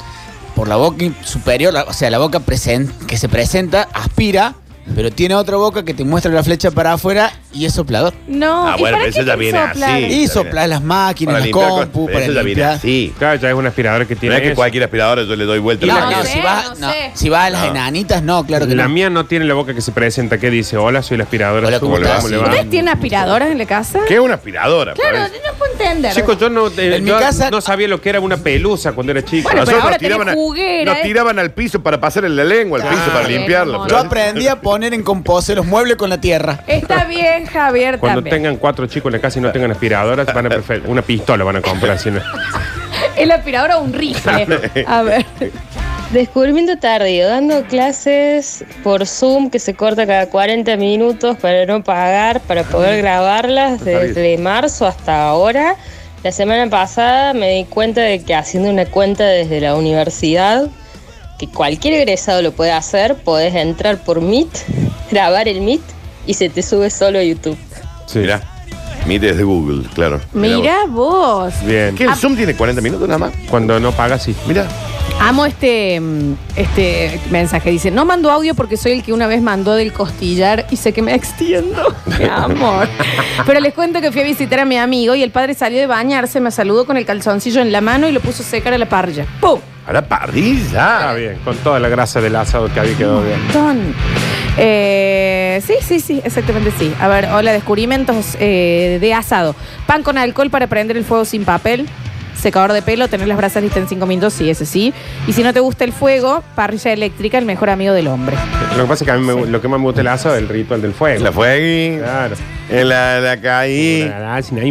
[SPEAKER 5] Por la boca superior, la- o sea, la boca presen- que se presenta, aspira, pero tiene otra boca que te muestra la flecha para afuera y es soplador.
[SPEAKER 1] No,
[SPEAKER 2] Ah,
[SPEAKER 1] ¿y
[SPEAKER 2] bueno,
[SPEAKER 1] para
[SPEAKER 2] pero
[SPEAKER 1] qué
[SPEAKER 2] eso ya
[SPEAKER 1] te
[SPEAKER 2] viene
[SPEAKER 1] soplan?
[SPEAKER 2] así.
[SPEAKER 5] Y soplar las máquinas, las compu, para limpiar.
[SPEAKER 2] Sí.
[SPEAKER 4] Claro, ya es una aspiradora que tiene.
[SPEAKER 2] No es que
[SPEAKER 4] eso.
[SPEAKER 2] cualquier aspiradora yo le doy vuelta.
[SPEAKER 5] No,
[SPEAKER 2] la
[SPEAKER 5] no,
[SPEAKER 2] máquina.
[SPEAKER 5] si vas
[SPEAKER 1] no sé.
[SPEAKER 5] si vas a las
[SPEAKER 2] No.
[SPEAKER 5] enanitas, no, claro que
[SPEAKER 4] la
[SPEAKER 5] no.
[SPEAKER 4] mía no tiene la boca que se presenta, que dice, hola, soy la aspiradora. Hola,
[SPEAKER 2] ¿cómo estás?
[SPEAKER 1] ¿Ustedes tienen aspiradoras en la casa?
[SPEAKER 2] Ah. ¿Qué es una aspiradora?
[SPEAKER 1] Claro, yo no puedo entender.
[SPEAKER 4] Chicos, yo no, eh,
[SPEAKER 1] En mi
[SPEAKER 4] yo
[SPEAKER 1] casa-
[SPEAKER 4] no sabía lo que era una pelusa cuando era chico.
[SPEAKER 1] Bueno, pero ahora tenés
[SPEAKER 2] tiraban a-
[SPEAKER 1] juguera,
[SPEAKER 2] nos
[SPEAKER 1] ¿eh?
[SPEAKER 2] tiraban al piso para pasarle la lengua al piso para limpiarla.
[SPEAKER 5] Yo
[SPEAKER 2] Flor.
[SPEAKER 5] aprendí a poner en compose los muebles con la tierra.
[SPEAKER 1] Está bien, Javier,
[SPEAKER 4] Cuando
[SPEAKER 1] también.
[SPEAKER 4] tengan cuatro chicos en la casa y no tengan aspiradoras, van a prefer- una pistola van a comprar. si no.
[SPEAKER 1] El aspirador o un [laughs] rifle. A ver.
[SPEAKER 17] Descubrimiento tardío, dando clases por Zoom que se corta cada 40 minutos para no pagar, para poder grabarlas
[SPEAKER 18] Ah, Está bien.
[SPEAKER 17] desde marzo hasta ahora. La semana pasada me di cuenta de que haciendo una cuenta desde la universidad, que cualquier egresado lo puede hacer, podés entrar por Meet, [laughs] grabar el Meet y se te sube solo a YouTube.
[SPEAKER 2] Mirá. Mi desde Google, claro.
[SPEAKER 1] Mira vos. Ah.
[SPEAKER 4] Bien.
[SPEAKER 2] ¿Qué? ¿El Zoom tiene 40 minutos nada más?
[SPEAKER 4] Cuando no paga, sí.
[SPEAKER 2] Mira.
[SPEAKER 1] Amo este, mm, este mensaje. Dice, no mando audio porque soy el que una vez mandó del costillar y sé que me extiendo. [laughs] Mi amor. Pero les cuento que fui a visitar a mi amigo y el padre salió de bañarse, me saludó con el calzoncillo en la mano y lo puso a secar a la parrilla. ¡Pum!
[SPEAKER 2] A la parrilla.
[SPEAKER 4] Está Ah, bien, con toda la grasa del asado que había quedado bien.
[SPEAKER 1] Ton. Eh, sí, sí, sí, exactamente sí. A ver, hola, descubrimientos eh, de asado. Pan con alcohol para prender el fuego sin papel. Secador de pelo, tener las brasas listas en 5 minutos, sí, ese sí. Y si no te gusta el fuego, parrilla eléctrica, el mejor amigo del hombre.
[SPEAKER 4] Lo que pasa es que a mí me- lo que más me gusta el asado es el ritual del fuego.
[SPEAKER 2] La fuegui.
[SPEAKER 4] Claro.
[SPEAKER 2] La, la caí.
[SPEAKER 4] Vini,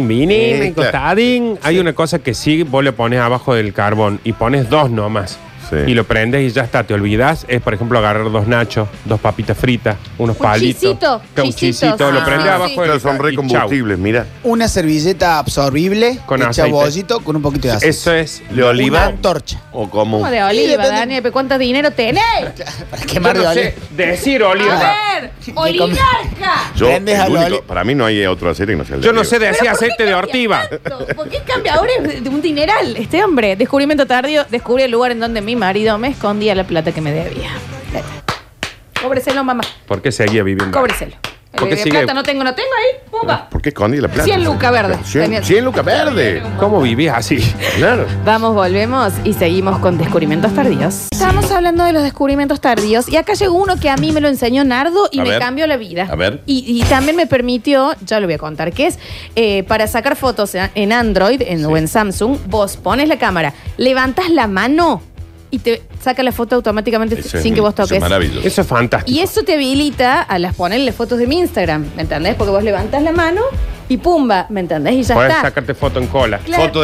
[SPEAKER 2] Sí,
[SPEAKER 4] me
[SPEAKER 2] claro.
[SPEAKER 4] costadín. Hay una cosa que sí, vos le pones abajo del carbón y pones dos nomás.
[SPEAKER 2] Sí.
[SPEAKER 4] Y lo prendes y ya está, te olvidas. Es, por ejemplo, agarrar dos nachos, dos papitas fritas, unos
[SPEAKER 1] Un
[SPEAKER 4] palitos.
[SPEAKER 1] chisito,
[SPEAKER 4] Claro, un
[SPEAKER 1] chisito,
[SPEAKER 4] chisito,
[SPEAKER 1] sí,
[SPEAKER 4] lo
[SPEAKER 1] sí,
[SPEAKER 4] prendes
[SPEAKER 1] sí.
[SPEAKER 4] abajo del
[SPEAKER 2] Claro, son
[SPEAKER 4] ca- y
[SPEAKER 2] recombustibles, mira.
[SPEAKER 5] Una servilleta absorbible,
[SPEAKER 4] Con
[SPEAKER 5] con
[SPEAKER 4] aceite.
[SPEAKER 5] bollito con un poquito de
[SPEAKER 4] chau.
[SPEAKER 5] aceite.
[SPEAKER 4] Eso es.
[SPEAKER 2] ¿De oliva?
[SPEAKER 5] Una antorcha.
[SPEAKER 2] ¿O cómo?
[SPEAKER 1] ¿Cómo de
[SPEAKER 5] Y
[SPEAKER 1] oliva,
[SPEAKER 5] depende-
[SPEAKER 1] Dani? ¿Pero ¿Cuánto dinero tenés?
[SPEAKER 5] Quemar
[SPEAKER 4] Yo
[SPEAKER 5] de
[SPEAKER 4] no sé
[SPEAKER 5] oliva.
[SPEAKER 4] decir oliva.
[SPEAKER 1] A ver, oligarca.
[SPEAKER 2] Yo,
[SPEAKER 5] Prendes
[SPEAKER 2] el
[SPEAKER 5] al
[SPEAKER 2] único-
[SPEAKER 5] oli-
[SPEAKER 2] para mí no hay otro aceite que no sea el de
[SPEAKER 4] Yo no
[SPEAKER 2] oliva.
[SPEAKER 4] sé decir aceite de ortiva.
[SPEAKER 1] ¿Por qué cambia ahora de un dineral este hombre? Descubrimiento tardío, descubrí el lugar en donde mi marido me escondía la plata que me debía. Cóbreselo, mamá.
[SPEAKER 4] ¿Por qué seguía viviendo?
[SPEAKER 1] Cóbreselo. El
[SPEAKER 2] qué
[SPEAKER 1] de
[SPEAKER 2] sigue?
[SPEAKER 1] plata no tengo, no tengo ahí. Pumba.
[SPEAKER 2] ¿Por qué escondí la plata?
[SPEAKER 1] 100 lucas verde. Tenía-
[SPEAKER 2] 100, lucas verde.
[SPEAKER 4] ¿Cómo vivís así?
[SPEAKER 2] Claro.
[SPEAKER 1] Vamos, volvemos y seguimos con descubrimientos tardíos. Estábamos hablando de los descubrimientos tardíos y acá llegó uno que a mí me lo enseñó Nardo y
[SPEAKER 2] A
[SPEAKER 1] me
[SPEAKER 2] ver.
[SPEAKER 1] cambió la vida.
[SPEAKER 2] A ver.
[SPEAKER 1] Y, y también me permitió, ya lo voy a contar, que es eh, para sacar fotos en- en Android en- o en Samsung, vos pones la cámara, levantas la mano y te saca la foto automáticamente
[SPEAKER 2] Eso es-
[SPEAKER 1] sin que vos
[SPEAKER 2] eso es
[SPEAKER 1] toques.
[SPEAKER 2] maravilloso.
[SPEAKER 4] Eso es fantástico.
[SPEAKER 1] Y eso te habilita a las ponerle fotos de mi Instagram, ¿me entendés? Porque vos levantas la mano y pumba, ¿me entendés? Y ya
[SPEAKER 4] Podés
[SPEAKER 1] está.
[SPEAKER 4] sacarte foto en cola.
[SPEAKER 1] Claro, no, No, no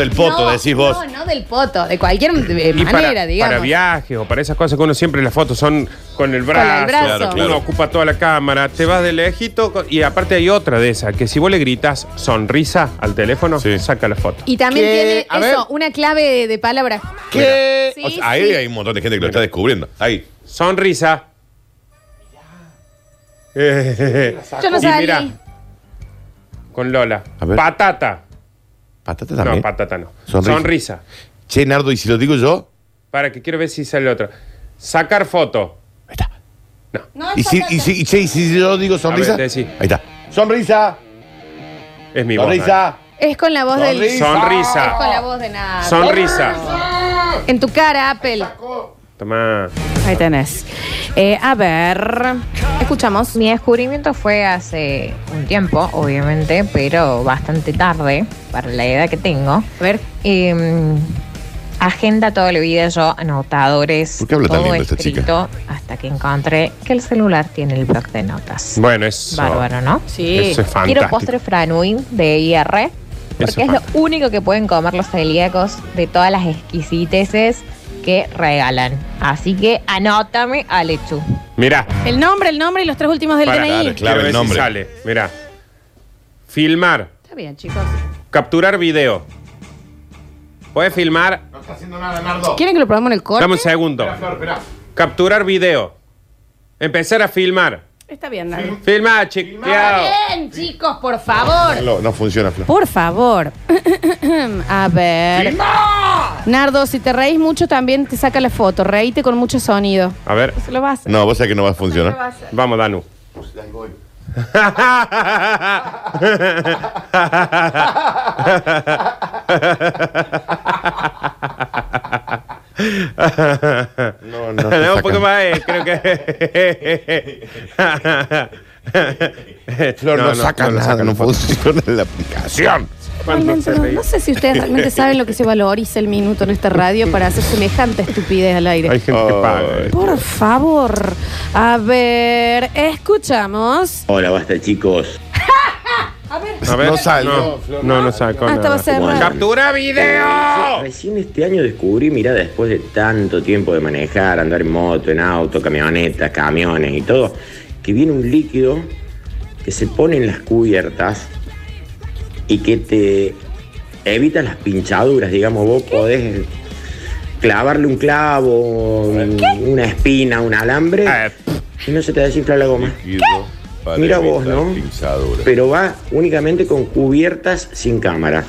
[SPEAKER 1] del poto, de cualquier eh,
[SPEAKER 4] Y
[SPEAKER 1] manera,
[SPEAKER 4] para,
[SPEAKER 1] digamos.
[SPEAKER 4] para viajes o para esas cosas que uno siempre las fotos son con el brazo,
[SPEAKER 1] brazo. Claro, claro.
[SPEAKER 4] uno ocupa toda la cámara, te vas de lejito co- y aparte hay otra de esas, que si vos le gritas sonrisa al teléfono, saca la foto.
[SPEAKER 1] y también
[SPEAKER 2] Que, a
[SPEAKER 1] tiene
[SPEAKER 2] ver.
[SPEAKER 1] eso, una clave de, de palabra.
[SPEAKER 2] ¿Qué?
[SPEAKER 1] Sí,
[SPEAKER 2] ahí
[SPEAKER 1] sí.
[SPEAKER 2] hay un montón de gente que lo está descubriendo. Ahí.
[SPEAKER 4] Sonrisa.
[SPEAKER 1] Yo no
[SPEAKER 4] Y
[SPEAKER 1] sabía.
[SPEAKER 4] mirá, con Lola. Patata.
[SPEAKER 2] Patata también.
[SPEAKER 4] No, patata no.
[SPEAKER 2] Sonrisa.
[SPEAKER 4] Sonrisa.
[SPEAKER 2] Che, Nardo, ¿y si lo digo yo?
[SPEAKER 4] Para que quiero ver si sale otra. Sacar foto.
[SPEAKER 2] ¿Y si, y, si, y che, ¿y si yo digo sonrisa?
[SPEAKER 4] A ver, decí.
[SPEAKER 2] Ahí está. Sonrisa.
[SPEAKER 4] Es mi
[SPEAKER 2] Sonrisa.
[SPEAKER 1] Es con la voz del.
[SPEAKER 4] Sonrisa. Sonrisa.
[SPEAKER 1] Es con la voz de nada.
[SPEAKER 4] Sonrisa.
[SPEAKER 1] En tu cara, Apple.
[SPEAKER 4] Tomá.
[SPEAKER 1] Ahí tenés. Eh, a ver. Escuchamos.
[SPEAKER 18] Mi descubrimiento fue hace un tiempo, obviamente, pero bastante tarde para la edad que tengo. A
[SPEAKER 1] ver.
[SPEAKER 18] Em, agenda toda la vida yo, anotadores,
[SPEAKER 4] ¿Por qué habla tan
[SPEAKER 18] todo
[SPEAKER 4] lindo esta chica?
[SPEAKER 18] escrito, hasta que encontré que el celular tiene el bloc de notas.
[SPEAKER 4] Bueno, es.
[SPEAKER 18] Bárbaro, ¿no?
[SPEAKER 4] Eso es fantástico.
[SPEAKER 18] Quiero postre franui de IR,
[SPEAKER 4] Eso
[SPEAKER 18] porque es lo
[SPEAKER 4] fantástico.
[SPEAKER 18] único que pueden comer los celíacos de todas las exquisiteces que regalan. Así que anótame a Lechu.
[SPEAKER 4] Mirá.
[SPEAKER 1] El nombre, el nombre y los tres últimos del
[SPEAKER 4] Para,
[SPEAKER 1] DNI.
[SPEAKER 4] claro, clave el nombre. sale. Mirá. Filmar.
[SPEAKER 1] Está bien, chicos.
[SPEAKER 4] Capturar video. Puedes filmar.
[SPEAKER 1] ¿Quieren que lo probemos en el corte?
[SPEAKER 4] Dame un segundo. Capturar video. Empezar a filmar.
[SPEAKER 1] Está bien, Nardo.
[SPEAKER 4] Filmar, chequeado.
[SPEAKER 1] Bien, chicos, por favor.
[SPEAKER 2] No, no funciona, Flor.
[SPEAKER 1] Por favor. A ver. Nardo, si te reís mucho también te saca la foto. Reíte con mucho sonido.
[SPEAKER 4] A ver.
[SPEAKER 1] Se lo vas.
[SPEAKER 2] No, vos sabés que no va a funcionar.
[SPEAKER 4] Vamos, Danu.
[SPEAKER 2] No,
[SPEAKER 4] no,
[SPEAKER 2] te
[SPEAKER 4] un poco
[SPEAKER 2] sacan.
[SPEAKER 4] más, eh, creo que.
[SPEAKER 2] Flor, no, saca
[SPEAKER 4] lo
[SPEAKER 2] nada, no funciona la
[SPEAKER 4] [laughs]
[SPEAKER 2] aplicación.
[SPEAKER 1] Ay, no, no, no sé si ustedes realmente saben lo que se valoriza el minuto en esta radio para hacer semejante estupidez al aire.
[SPEAKER 4] Hay gente que paga. eh.
[SPEAKER 1] Por favor. A ver, escuchamos.
[SPEAKER 19] Hola, basta chicos.
[SPEAKER 4] A ver,
[SPEAKER 19] No salgo.
[SPEAKER 4] No, no, no saco.
[SPEAKER 1] Ah, estaba
[SPEAKER 19] nada.
[SPEAKER 1] cerrado.
[SPEAKER 4] ¡Captura video!
[SPEAKER 19] Recién este año descubrí, mirá, después de tanto tiempo de manejar, andar en moto, en auto, camionetas, camiones y todo, que viene un líquido que se pone en las cubiertas y que te evita las pinchaduras, digamos, vos podés clavarle un clavo, un- una espina, un alambre y no se te desinfla la goma. Mira vos, ¿no? Pero va únicamente con cubiertas sin cámara.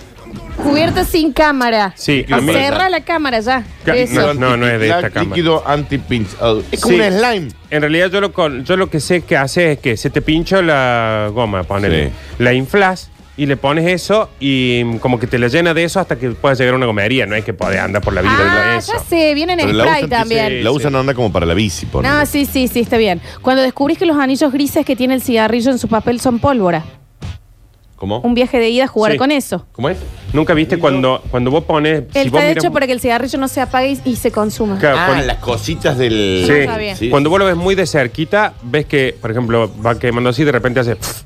[SPEAKER 1] Cubierta sin cámara.
[SPEAKER 19] Sí,
[SPEAKER 1] Ah,
[SPEAKER 19] a mí-
[SPEAKER 1] Cerra la cámara ya. Eso.
[SPEAKER 4] es de esta cámara.
[SPEAKER 2] Líquido anti-pinch. out. Es como
[SPEAKER 4] Sí.
[SPEAKER 2] un slime.
[SPEAKER 4] En realidad yo lo, con- yo lo que sé que hace es que se te pincha la goma, ponele. La inflas y le pones eso y mm, como que te la llena de eso hasta que puedas llegar a una gomería. No es que podés andar por la vida.
[SPEAKER 1] Ah,
[SPEAKER 4] eso.
[SPEAKER 1] ya sé, vienen en
[SPEAKER 2] Pero la
[SPEAKER 1] spray
[SPEAKER 2] usan-
[SPEAKER 1] también.
[SPEAKER 2] La usan onda como para la bici, por
[SPEAKER 1] No, Ah, sí, sí, sí, está bien. Cuando descubrís que los anillos grises que tiene el cigarrillo en su papel son pólvora.
[SPEAKER 2] ¿Cómo?
[SPEAKER 1] Un viaje de ida a jugar
[SPEAKER 4] Sí.
[SPEAKER 1] con eso.
[SPEAKER 4] ¿Cómo es? ¿Nunca viste cuando, cuando vos pones...
[SPEAKER 1] Él está
[SPEAKER 4] vos miras-
[SPEAKER 1] hecho para que el cigarrillo no se apague y, y se consuma.
[SPEAKER 4] Claro,
[SPEAKER 1] Ah,
[SPEAKER 4] cuando-
[SPEAKER 2] cositas del.
[SPEAKER 1] No sabía.
[SPEAKER 4] Sí. Sí. Cuando vos lo ves muy de cerquita, ves que, por ejemplo, va quemando así y de
[SPEAKER 1] [laughs]
[SPEAKER 4] repente hace... pf,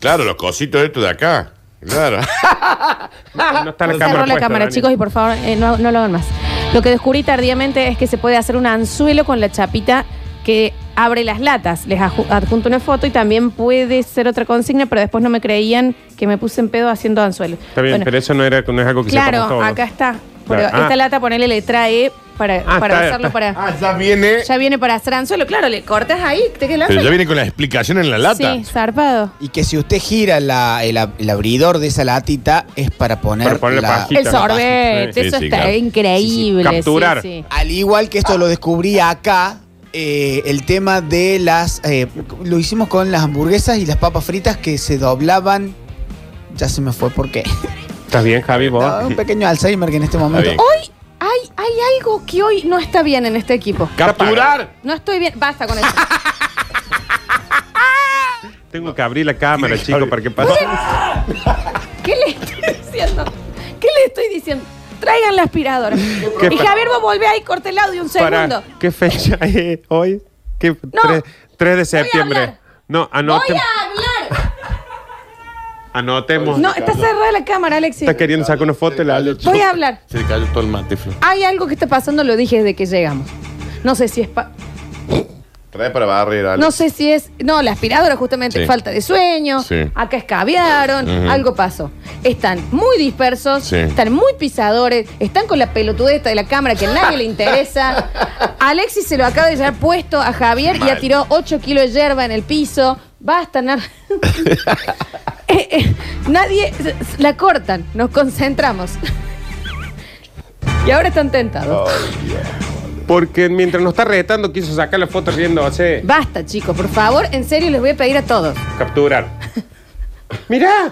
[SPEAKER 2] Claro, los cositos estos de acá. Claro.
[SPEAKER 4] no está la
[SPEAKER 1] Ah, Cerró
[SPEAKER 4] cámara.
[SPEAKER 1] la
[SPEAKER 4] puesta,
[SPEAKER 1] cámara,
[SPEAKER 4] Dani.
[SPEAKER 1] chicos, y por favor, eh, no, no lo hagan más. Lo que descubrí tardíamente es que se puede hacer un anzuelo con la chapita que abre las latas. Les aju- adjunto una foto y también puede ser otra consigna, pero después no me creían que me puse en pedo haciendo anzuelo.
[SPEAKER 4] Está bien,
[SPEAKER 1] Bueno,
[SPEAKER 4] pero eso no, era, no es algo que sepamos
[SPEAKER 1] claro,
[SPEAKER 4] todos.
[SPEAKER 1] acá está. Pero
[SPEAKER 4] Claro. Ah.
[SPEAKER 1] esta lata, ponele letra E para,
[SPEAKER 4] Ah,
[SPEAKER 1] para
[SPEAKER 4] está,
[SPEAKER 1] usarlo
[SPEAKER 4] está.
[SPEAKER 1] para.
[SPEAKER 2] Ah, ya viene.
[SPEAKER 1] Ya viene para hacer anzuelo. Claro, le cortas ahí, te queda
[SPEAKER 2] Pero
[SPEAKER 1] el
[SPEAKER 2] ya
[SPEAKER 1] anzuelo.
[SPEAKER 2] viene con la explicación en la
[SPEAKER 1] lata. Sí, zarpado.
[SPEAKER 5] Y que si usted gira la- el, ab- el abridor de esa latita es para poner,
[SPEAKER 4] Para poner la pajita.
[SPEAKER 1] El sorbete, eso está increíble. sí, sí.
[SPEAKER 5] Al igual que esto lo descubrí acá, eh, el tema de las. eh, lo hicimos con las hamburguesas y las papas fritas que se doblaban. Ya se me fue porque.
[SPEAKER 4] ¿Estás bien, Javi? vos?
[SPEAKER 5] Un pequeño Alzheimer que en este momento.
[SPEAKER 4] bien.
[SPEAKER 1] Hoy hay, hay algo que hoy no está bien en este equipo.
[SPEAKER 4] [laughs] ¡Capturar!
[SPEAKER 1] No estoy bien. Basta
[SPEAKER 4] [laughs]
[SPEAKER 1] con eso.
[SPEAKER 4] Tengo que abrir la cámara, chico, para que pase.
[SPEAKER 1] ¿Qué le estoy diciendo? ¿Qué le estoy diciendo? Traigan la aspiradora. Y
[SPEAKER 4] pa-
[SPEAKER 1] Javier, vos volvés ahí, corte el audio un
[SPEAKER 4] Pará,
[SPEAKER 1] segundo.
[SPEAKER 4] ¿Qué fecha [laughs] es hoy? ¿Qué, tres- 3 de septiembre. No, anote-
[SPEAKER 1] Voy a hablar.
[SPEAKER 4] anotemos.
[SPEAKER 1] No, está cerrada la cámara, Alexis.
[SPEAKER 4] Está queriendo sacar una foto de la Ale.
[SPEAKER 1] Voy a hablar.
[SPEAKER 2] Se le cayó todo el mate, Flor.
[SPEAKER 1] Hay algo que está pasando, lo dije desde que llegamos. No sé si es... pa-
[SPEAKER 2] Trae para barrer, Ale.
[SPEAKER 1] No sé si es. No, la aspiradora, justamente,
[SPEAKER 2] Sí.
[SPEAKER 1] falta de sueño.
[SPEAKER 2] Sí.
[SPEAKER 1] Acá escabearon,
[SPEAKER 2] Ujú.
[SPEAKER 1] algo pasó. Están muy dispersos,
[SPEAKER 2] Sí.
[SPEAKER 1] están muy pisadores, están con la pelotudesta de la cámara que a nadie
[SPEAKER 2] [laughs]
[SPEAKER 1] le interesa. Alexis se lo acaba de llevar puesto a Javier y ya
[SPEAKER 2] Mal.
[SPEAKER 1] tiró 8 kilos de hierba en el piso. Basta,
[SPEAKER 2] [laughs]
[SPEAKER 1] nar- Eh, eh, nadie. La cortan, nos concentramos. [laughs] y ahora están tentados.
[SPEAKER 4] Porque mientras nos está retando, quiso sacar la foto riéndose.
[SPEAKER 1] Basta, chicos, por favor, en serio les voy a pedir a todos.
[SPEAKER 4] Capturar. ¡Mirá!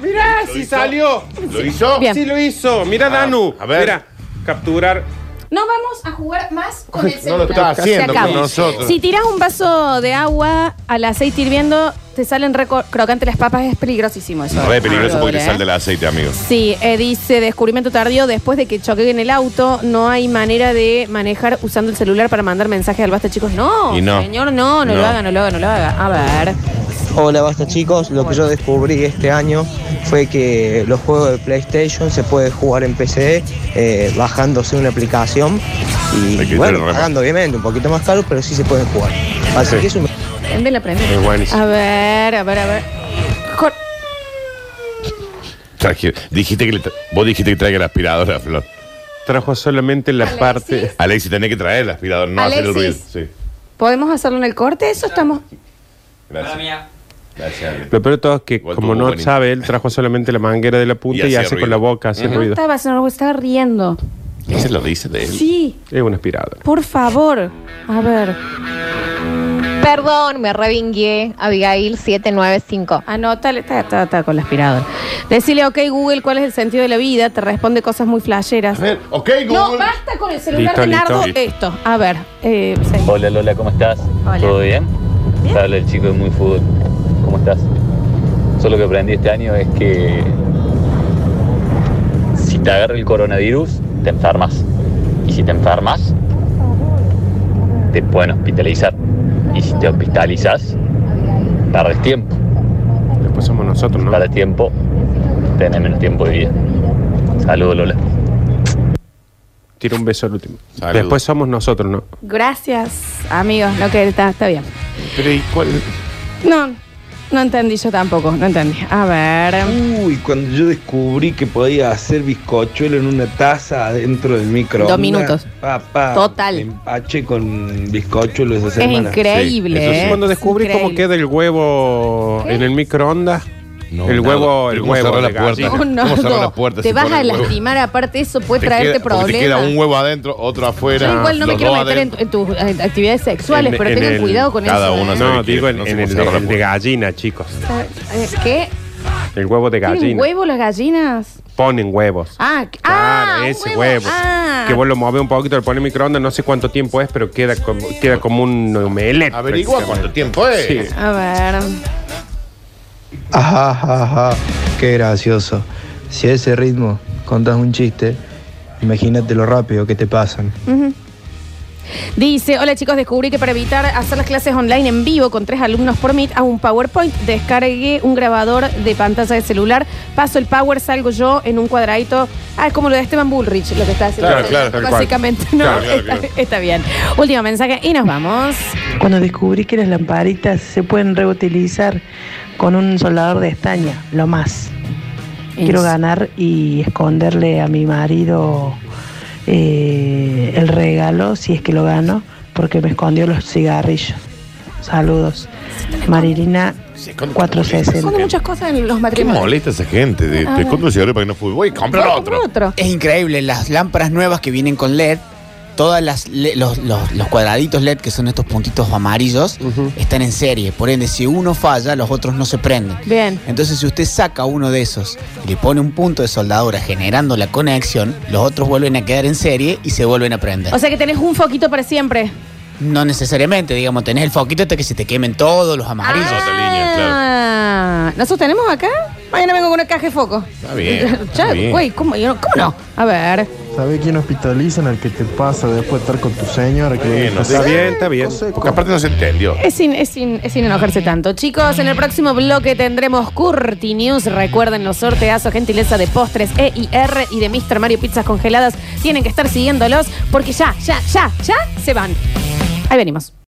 [SPEAKER 4] ¡Mirá! ¡Si salió!
[SPEAKER 2] ¿Lo hizo?
[SPEAKER 1] Bien.
[SPEAKER 4] Sí, lo hizo. Mira, Danu.
[SPEAKER 2] a ver.
[SPEAKER 4] Mira, capturar.
[SPEAKER 1] No vamos a jugar más con el
[SPEAKER 4] No
[SPEAKER 1] celular.
[SPEAKER 4] lo está haciendo
[SPEAKER 1] Se acabó.
[SPEAKER 4] con nosotros.
[SPEAKER 1] Si tirás un vaso de agua al aceite hirviendo, te salen re co- crocantes las papas. Es peligrosísimo eso.
[SPEAKER 2] Re peligroso porque
[SPEAKER 1] ¿eh?
[SPEAKER 2] le sale el aceite, amigo.
[SPEAKER 1] Sí, eh, dice descubrimiento tardío. Después de que choqué en el auto, no hay manera de manejar usando el celular para mandar mensajes al basta, chicos. No,
[SPEAKER 20] Y no.
[SPEAKER 1] señor, no, no,
[SPEAKER 20] No.
[SPEAKER 1] lo haga, no lo haga, no lo haga. A ver.
[SPEAKER 20] Hola, basta chicos. Lo que yo descubrí este año fue que los juegos de PlayStation se puede jugar en PC eh, bajándose una aplicación y bueno,
[SPEAKER 2] Rema.
[SPEAKER 20] pagando obviamente un poquito más caro, pero sí se pueden jugar. Así
[SPEAKER 2] Sí.
[SPEAKER 20] que eso me-
[SPEAKER 1] Prende la prende.
[SPEAKER 2] Es buenísimo.
[SPEAKER 1] A ver, a ver, a ver. Cor-
[SPEAKER 2] Traje- dijiste que le tra- vos dijiste que traiga la aspiradora, Flor.
[SPEAKER 4] Trajo solamente la parte.
[SPEAKER 2] Alexis, tenés que traer la aspiradora, no hacer el ruido.
[SPEAKER 1] Alexis.
[SPEAKER 2] Sí.
[SPEAKER 1] ¿Podemos hacerlo en el corte? Eso estamos.
[SPEAKER 2] Gracias. Gracias, Ale.
[SPEAKER 4] Lo peor de todo es que, como
[SPEAKER 2] tuvo
[SPEAKER 4] no
[SPEAKER 2] buenísimo.
[SPEAKER 4] sabe, él trajo solamente la manguera de la punta y,
[SPEAKER 2] hacía
[SPEAKER 4] hace
[SPEAKER 2] ruido.
[SPEAKER 4] con la boca, hace
[SPEAKER 1] No
[SPEAKER 4] ruido.
[SPEAKER 1] estaba haciendo algo, estaba riendo.
[SPEAKER 2] Ese lo dice de él.
[SPEAKER 1] Sí.
[SPEAKER 4] Es una aspiradora.
[SPEAKER 1] Por favor. A ver.
[SPEAKER 18] Perdón, me revingué. Abigail 795.
[SPEAKER 1] Anótale, está, está, está con la aspiradora. Decirle, ok, Google, ¿cuál es el sentido de la vida? Te responde cosas muy flasheras.
[SPEAKER 2] ok,
[SPEAKER 1] No, basta con el celular
[SPEAKER 21] Listo,
[SPEAKER 1] de
[SPEAKER 21] listo.
[SPEAKER 1] Nardo
[SPEAKER 21] Listo.
[SPEAKER 1] esto. A ver, eh, sí.
[SPEAKER 21] Hola Lola, ¿cómo estás?
[SPEAKER 1] Hola.
[SPEAKER 21] ¿Todo bien? Te habla el chico de Muy Fútbol. ¿Cómo estás? Yo lo que aprendí este año es que si te agarra el coronavirus, te enfermas. Y si te enfermas, te pueden hospitalizar. Y si te hospitalizas, tardes tiempo.
[SPEAKER 4] Después somos nosotros, ¿no?
[SPEAKER 21] Para tiempo, tenés menos tiempo de vida. Saludos Lola.
[SPEAKER 4] Tira un beso al último.
[SPEAKER 21] Salud.
[SPEAKER 4] Después somos nosotros, ¿no?
[SPEAKER 1] gracias, amigos. No, que está, está bien.
[SPEAKER 4] Pero ¿y cuál?
[SPEAKER 1] No, no entendí yo tampoco, no entendí. A ver.
[SPEAKER 6] Uy, cuando yo descubrí que podía hacer bizcochuelo en una taza adentro del micro.
[SPEAKER 1] Dos minutos.
[SPEAKER 4] Ah,
[SPEAKER 6] Papá.
[SPEAKER 1] Total.
[SPEAKER 6] me Empaché con bizcochuelo esa semana.
[SPEAKER 1] increíble,
[SPEAKER 6] eso sí.
[SPEAKER 1] ¿eh?
[SPEAKER 4] Cuando descubrí cómo
[SPEAKER 1] Increíble.
[SPEAKER 4] queda el huevo en el microondas, el
[SPEAKER 2] nada.
[SPEAKER 4] huevo, el
[SPEAKER 2] ¿Cómo
[SPEAKER 4] huevo.
[SPEAKER 2] cerrar la
[SPEAKER 4] de gallina.
[SPEAKER 2] puerta?
[SPEAKER 1] No,
[SPEAKER 2] ¿Cómo cerrar
[SPEAKER 1] Nardo,
[SPEAKER 2] las puertas
[SPEAKER 1] te
[SPEAKER 2] si
[SPEAKER 1] vas
[SPEAKER 2] pones
[SPEAKER 1] a
[SPEAKER 2] el huevo?
[SPEAKER 1] lastimar, aparte eso puede
[SPEAKER 2] Te
[SPEAKER 1] traerte
[SPEAKER 2] queda- porque Te queda
[SPEAKER 1] problemas.
[SPEAKER 2] un huevo adentro, otro afuera.
[SPEAKER 1] Yo igual no me
[SPEAKER 2] los
[SPEAKER 1] quiero
[SPEAKER 2] dos
[SPEAKER 1] meter en,
[SPEAKER 2] adentro.
[SPEAKER 1] en tus eh, actividades sexuales, pero tengan
[SPEAKER 4] el-
[SPEAKER 1] cuidado con eso. ¿eh?
[SPEAKER 4] No,
[SPEAKER 2] sabe
[SPEAKER 4] digo
[SPEAKER 2] qué,
[SPEAKER 4] en,
[SPEAKER 2] no sé
[SPEAKER 4] en
[SPEAKER 2] cómo
[SPEAKER 4] el,
[SPEAKER 2] cerrar la
[SPEAKER 4] de, el de gallina, chicos.
[SPEAKER 1] Eh, ¿Qué?
[SPEAKER 4] El huevo de
[SPEAKER 1] ¿Tienen
[SPEAKER 4] gallina.
[SPEAKER 1] huevo las gallinas?
[SPEAKER 4] Ponen huevos.
[SPEAKER 1] Ah, que-
[SPEAKER 4] Claro,
[SPEAKER 1] ah,
[SPEAKER 4] ese
[SPEAKER 1] un
[SPEAKER 4] huevo.
[SPEAKER 1] Ah.
[SPEAKER 4] Que vos lo mueves un poquito, le pones en microondas, no sé cuánto tiempo es, pero queda como, queda como un omelette.
[SPEAKER 2] Averigua cuánto tiempo es.
[SPEAKER 4] Sí.
[SPEAKER 1] A ver.
[SPEAKER 22] Ajá, ajá, ajá. Qué gracioso. Si a ese ritmo contás un chiste, imagínate lo rápido que te pasan.
[SPEAKER 1] Ujú. Dice, hola chicos, descubrí que para evitar hacer las clases online en vivo con tres alumnos por Meet, hago un PowerPoint, descargué un grabador de pantalla de celular, paso el Power, salgo yo en un cuadradito. Ah, es como lo de Esteban Bullrich, lo que está haciendo.
[SPEAKER 23] Claro, claro, tal cual.
[SPEAKER 1] Básicamente, ¿no?
[SPEAKER 23] Claro, claro,
[SPEAKER 1] está,
[SPEAKER 23] claro.
[SPEAKER 1] está bien. Último mensaje y nos vamos.
[SPEAKER 23] Cuando descubrí que las lamparitas se pueden reutilizar con un soldador de estaña, lo más. Quiero
[SPEAKER 1] Es-
[SPEAKER 23] ganar y esconderle a mi marido eh, el regalo, si es que lo gano, porque me escondió los cigarrillos. Saludos. Marilina
[SPEAKER 1] Esconde
[SPEAKER 23] 460.
[SPEAKER 1] muchas cosas en los
[SPEAKER 2] ¿Qué
[SPEAKER 1] matrimonios.
[SPEAKER 2] molesta esa gente? De,
[SPEAKER 1] A
[SPEAKER 2] te
[SPEAKER 1] ver.
[SPEAKER 2] compro un cigarrillo para que no fume. Voy, comprar otro.
[SPEAKER 1] otro.
[SPEAKER 5] Es increíble, las lámparas nuevas que vienen con LED todas las le- los, los- los cuadraditos LED, que son estos puntitos amarillos, están en serie. Por ende, si uno falla, los otros no se prenden.
[SPEAKER 1] Bien.
[SPEAKER 5] Entonces, si usted saca uno de esos y le pone un punto de soldadura generando la conexión, los otros vuelven a quedar en serie y se vuelven a prender.
[SPEAKER 1] O sea que tenés un foquito para siempre.
[SPEAKER 5] no necesariamente, digamos, tenés el foquito hasta que se te quemen todos los amarillos.
[SPEAKER 1] Ah, ¿nosotros tenemos acá? Mañana vengo con una caja de foco. [laughs]
[SPEAKER 5] Está bien, está
[SPEAKER 1] Ya,
[SPEAKER 5] bien.
[SPEAKER 1] güey, ¿cómo, yo no- cómo no? A ver.
[SPEAKER 7] ¿Sabés quién hospitalizan al que te pasa después de estar con tu señora? Que le
[SPEAKER 2] Bueno,
[SPEAKER 7] dejas-
[SPEAKER 2] está bien, está bien. Porque aparte no se entendió.
[SPEAKER 1] Es sin, es, sin, es sin enojarse tanto. Chicos, en el próximo bloque tendremos Curti News. Recuerden los sorteazos, gentileza de postres EIR y de Mr. Mario Pizzas Congeladas. Tienen que estar siguiéndolos porque ya, ya, ya, ya se van. Ahí venimos.